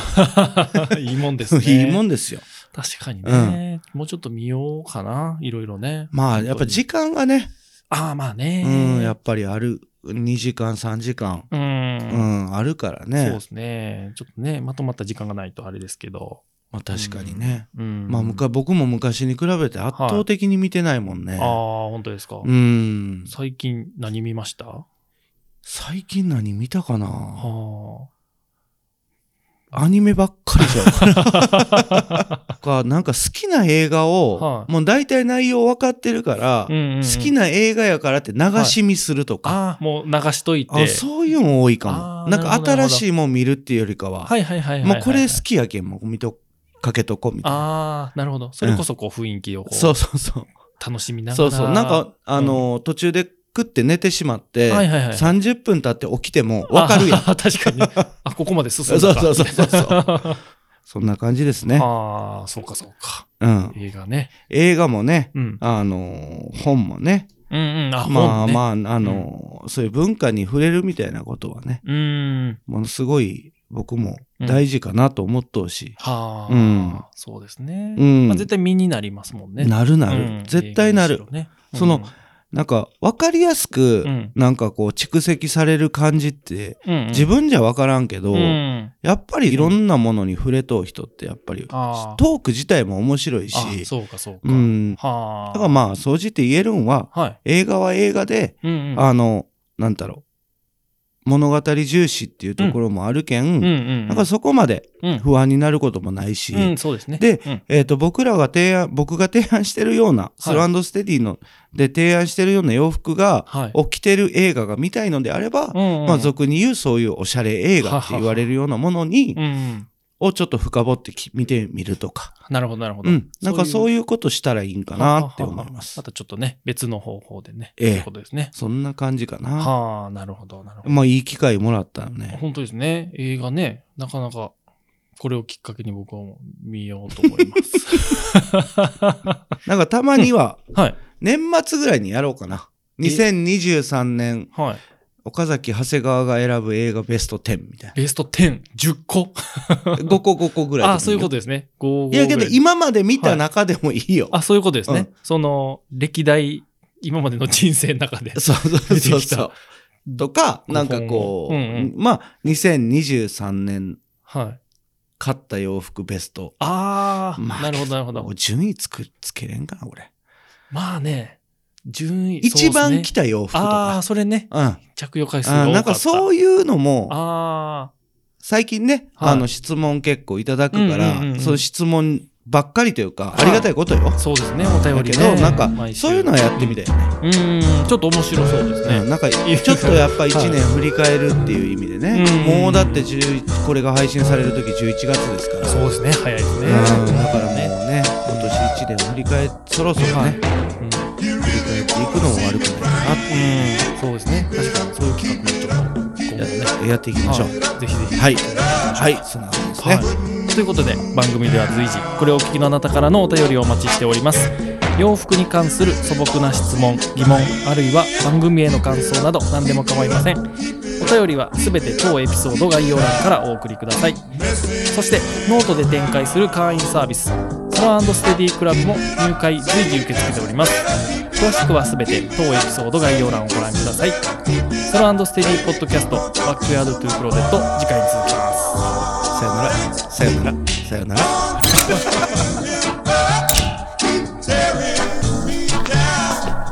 [SPEAKER 3] いいもんですね。
[SPEAKER 4] [LAUGHS] いいもんですよ。
[SPEAKER 3] 確かにね。もうちょっと見ようかな。いろいろね。
[SPEAKER 4] まあ、やっぱ時間がね、
[SPEAKER 3] ああ、まあね。
[SPEAKER 4] うん、や
[SPEAKER 3] っ
[SPEAKER 4] っぱりある、2時間、3時間、
[SPEAKER 3] ぱ。う。
[SPEAKER 4] うんん、あるから
[SPEAKER 3] そう
[SPEAKER 4] ね。
[SPEAKER 3] ですね。ちょっとね、まとまった時間がないとあれですけど。
[SPEAKER 4] まあ確かにね。
[SPEAKER 3] うん。
[SPEAKER 4] まあ
[SPEAKER 3] 昔
[SPEAKER 4] むか僕も昔に比べて圧倒的に見てないもんね。
[SPEAKER 3] ああ、本当ですか。
[SPEAKER 4] うん。
[SPEAKER 3] 最近何見ました
[SPEAKER 4] 最近何見たかな
[SPEAKER 3] は
[SPEAKER 4] アニメばっかりじ
[SPEAKER 3] [LAUGHS]
[SPEAKER 4] ゃん。か、なんか好きな映画を、
[SPEAKER 3] はい
[SPEAKER 4] もう大体内容分かってるから、
[SPEAKER 3] うんうんうん
[SPEAKER 4] 好きな映画やからって流し見するとか、
[SPEAKER 3] ああ、もう流しといて。
[SPEAKER 4] あそういうの多いか
[SPEAKER 3] あ
[SPEAKER 4] も。
[SPEAKER 3] ー
[SPEAKER 4] なんか
[SPEAKER 3] なるほど
[SPEAKER 4] 新しいもん見るっていうよりかは、
[SPEAKER 3] はいはいはいはいはい。
[SPEAKER 4] もうこれ好きやけん、もう見と、かけとこうみたいな。
[SPEAKER 3] ああ、なるほど。それこそこう雰囲気をこ
[SPEAKER 4] そううそうそう。
[SPEAKER 3] 楽しみながら。
[SPEAKER 4] そうそう。なんか、あの、途中で食って寝てしまって、
[SPEAKER 3] はいはいはい。
[SPEAKER 4] 30分経って起きても分かる
[SPEAKER 3] [LAUGHS]
[SPEAKER 4] やん。
[SPEAKER 3] あ確かに。
[SPEAKER 4] [LAUGHS]
[SPEAKER 3] あ、ここまで進
[SPEAKER 4] そ
[SPEAKER 3] ん
[SPEAKER 4] う
[SPEAKER 3] だ
[SPEAKER 4] そう
[SPEAKER 3] か。
[SPEAKER 4] そうそう
[SPEAKER 3] [LAUGHS]
[SPEAKER 4] そう。そんな感じですね。
[SPEAKER 3] ああ、そうかそうか。
[SPEAKER 4] うん。
[SPEAKER 3] 映画ね。
[SPEAKER 4] 映画もね、
[SPEAKER 3] うん。
[SPEAKER 4] あのー本もね。
[SPEAKER 3] うんうん。あ、
[SPEAKER 4] まあ
[SPEAKER 3] 本ね。
[SPEAKER 4] まあ、あのーそういう文化に触れるみたいなことはね、
[SPEAKER 3] うーん。
[SPEAKER 4] ものすごい僕も大事かなと思っとうし。
[SPEAKER 3] はあ、
[SPEAKER 4] うん
[SPEAKER 3] そうですね。
[SPEAKER 4] うん
[SPEAKER 3] まあ、絶対身になりますもんね。
[SPEAKER 4] なるなる。
[SPEAKER 3] うん
[SPEAKER 4] 絶対なる。。そのなんか、わかりやすく、
[SPEAKER 3] うん
[SPEAKER 4] なんかこう、蓄積される感じって、自
[SPEAKER 3] 分
[SPEAKER 4] 分じゃわからんけど、
[SPEAKER 3] うん、
[SPEAKER 4] やっぱりいろんなものに触れとう人って、やっぱり、ト
[SPEAKER 3] あー
[SPEAKER 4] ーク自体も面白いし、
[SPEAKER 3] あそうかそうか。
[SPEAKER 4] うん。だ
[SPEAKER 3] はあ。
[SPEAKER 4] からまあ、総じて言えるんは、
[SPEAKER 3] はい。
[SPEAKER 4] 映画は映画で、
[SPEAKER 3] うんうん、
[SPEAKER 4] あの、なんだろう、物語重視っていうところもあるけん、
[SPEAKER 3] うんうん、
[SPEAKER 4] なんかそこまで
[SPEAKER 3] うん、
[SPEAKER 4] 不安になることもないし、
[SPEAKER 3] うん、そうですね。
[SPEAKER 4] で
[SPEAKER 3] うん、
[SPEAKER 4] えっ、と、僕らが提案、僕が提案してるような、スランドステディの、で提案してるような洋服が、
[SPEAKER 3] はい。
[SPEAKER 4] 起きてる映画が見たいのであれば、
[SPEAKER 3] うんうん
[SPEAKER 4] まあ俗に言うそういうおしゃれ映画って言われるようなものに
[SPEAKER 3] う、んうん、
[SPEAKER 4] をちょっと深掘ってき見てみるとか、
[SPEAKER 3] なるほど、なるほど。
[SPEAKER 4] うん、なんかそう
[SPEAKER 3] いう
[SPEAKER 4] いうことしたらいいんかなって思いま
[SPEAKER 3] はははは
[SPEAKER 4] す
[SPEAKER 3] ま。たちょっとね、別の方法でね、
[SPEAKER 4] ええ
[SPEAKER 3] ということですね。
[SPEAKER 4] そんな感じかな。
[SPEAKER 3] はあ、なるほど、なるほど。
[SPEAKER 4] まあいい機会もらったよね。
[SPEAKER 3] 本当ですね。映画ね、なかなか、これをきっかけに僕はもう見ようと思い
[SPEAKER 4] [LAUGHS]
[SPEAKER 3] ます。
[SPEAKER 4] なんかたまには、
[SPEAKER 3] はい。
[SPEAKER 4] 年末ぐらいにやろうかな。
[SPEAKER 3] え
[SPEAKER 4] 2023年、
[SPEAKER 3] はい。
[SPEAKER 4] 岡崎長谷川が選ぶ映画ベスト10みたい
[SPEAKER 3] [LAUGHS] ベスト10、10個。
[SPEAKER 4] な。5個5個ぐらい。
[SPEAKER 3] あそういうこと
[SPEAKER 4] と。
[SPEAKER 3] ですね。5、5
[SPEAKER 4] いやけ
[SPEAKER 3] ぐ
[SPEAKER 4] ど
[SPEAKER 3] ら
[SPEAKER 4] 今まで見た中でもいいよ。
[SPEAKER 3] あ、そういうことですね。
[SPEAKER 4] うん
[SPEAKER 3] その、歴代、今までの人生の中
[SPEAKER 4] [LAUGHS]
[SPEAKER 3] で。
[SPEAKER 4] そうそう
[SPEAKER 3] 出て
[SPEAKER 4] そう
[SPEAKER 3] き
[SPEAKER 4] そう
[SPEAKER 3] た。
[SPEAKER 4] とか、なんかこう、
[SPEAKER 3] うんうん
[SPEAKER 4] まあ、2023年
[SPEAKER 3] はい。
[SPEAKER 4] 買った洋服ベスト。
[SPEAKER 3] ああ、
[SPEAKER 4] まあ
[SPEAKER 3] なるほど、なるほど
[SPEAKER 4] もう。順位つく、つけれんかな、俺。
[SPEAKER 3] まあね、順位、
[SPEAKER 4] 一
[SPEAKER 3] そう
[SPEAKER 4] 番
[SPEAKER 3] です
[SPEAKER 4] 着
[SPEAKER 3] ね
[SPEAKER 4] た洋服と
[SPEAKER 3] ああ、
[SPEAKER 4] か。
[SPEAKER 3] それね、
[SPEAKER 4] うん。あ
[SPEAKER 3] 着用回数が多かった。
[SPEAKER 4] なんかそう
[SPEAKER 3] いう。
[SPEAKER 4] いうのも、
[SPEAKER 3] あ
[SPEAKER 4] 最近ね、
[SPEAKER 3] はい
[SPEAKER 4] あの質問結構いただくから、
[SPEAKER 3] うんうんうんうん
[SPEAKER 4] その質問ばっかりというか、ありがたいことよ
[SPEAKER 3] あ、。そうですね、お便
[SPEAKER 4] だ
[SPEAKER 3] り
[SPEAKER 4] け
[SPEAKER 3] ね。
[SPEAKER 4] ど、なんか、
[SPEAKER 3] 毎週
[SPEAKER 4] そういうのはやってみたいよね。
[SPEAKER 3] うーん、ちょっと面白そうです
[SPEAKER 4] う
[SPEAKER 3] ね。
[SPEAKER 4] ん、なんか、
[SPEAKER 3] い
[SPEAKER 4] ちょっとやっぱ1年振り返るっていう意味でね、
[SPEAKER 3] うん
[SPEAKER 4] もうだって11、これが配信される時11月ですから。
[SPEAKER 3] そうですね、早いですね。
[SPEAKER 4] うんだからもうね、今年1年を振り返っそろそろね、
[SPEAKER 3] はいう
[SPEAKER 4] 振
[SPEAKER 3] ん
[SPEAKER 4] り返っていくのも悪くないかなっ
[SPEAKER 3] うん、そうですね。確かにそういう企画もちょっと今後ね、
[SPEAKER 4] てやっていきましょう。
[SPEAKER 3] はいぜひぜひ。
[SPEAKER 4] はい。はい、そんな感じですね。
[SPEAKER 3] はい、ということで番組では随時これをお聞きのあなたからのお便りをお待ちしております洋服に関する素朴な質問疑問あるいは番組への感想など何でも構いませんお便りはすべて当エピソード概要欄からお送りくださいそしてノートで展開する会員サービススラーステディクラブも入会随時受け付けております詳しくはすべて当エピソード概要欄をご覧くださいソロステディポッドキャストバックヤードトゥークローゼット次回に続きます
[SPEAKER 4] さよなら、さよなら、さよなら。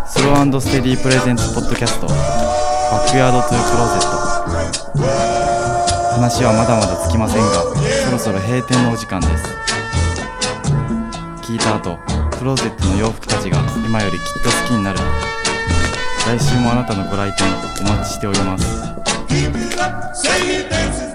[SPEAKER 1] スローステディプレゼンツポッドキャストバックヤードトゥークローゼット話はまだまだつきませんがそろそろ閉店のお時間です聞いた後クローゼットの洋服たちが今よりきっと好きになる来週もあなたのご来店お待ちしております
[SPEAKER 2] Say it, dance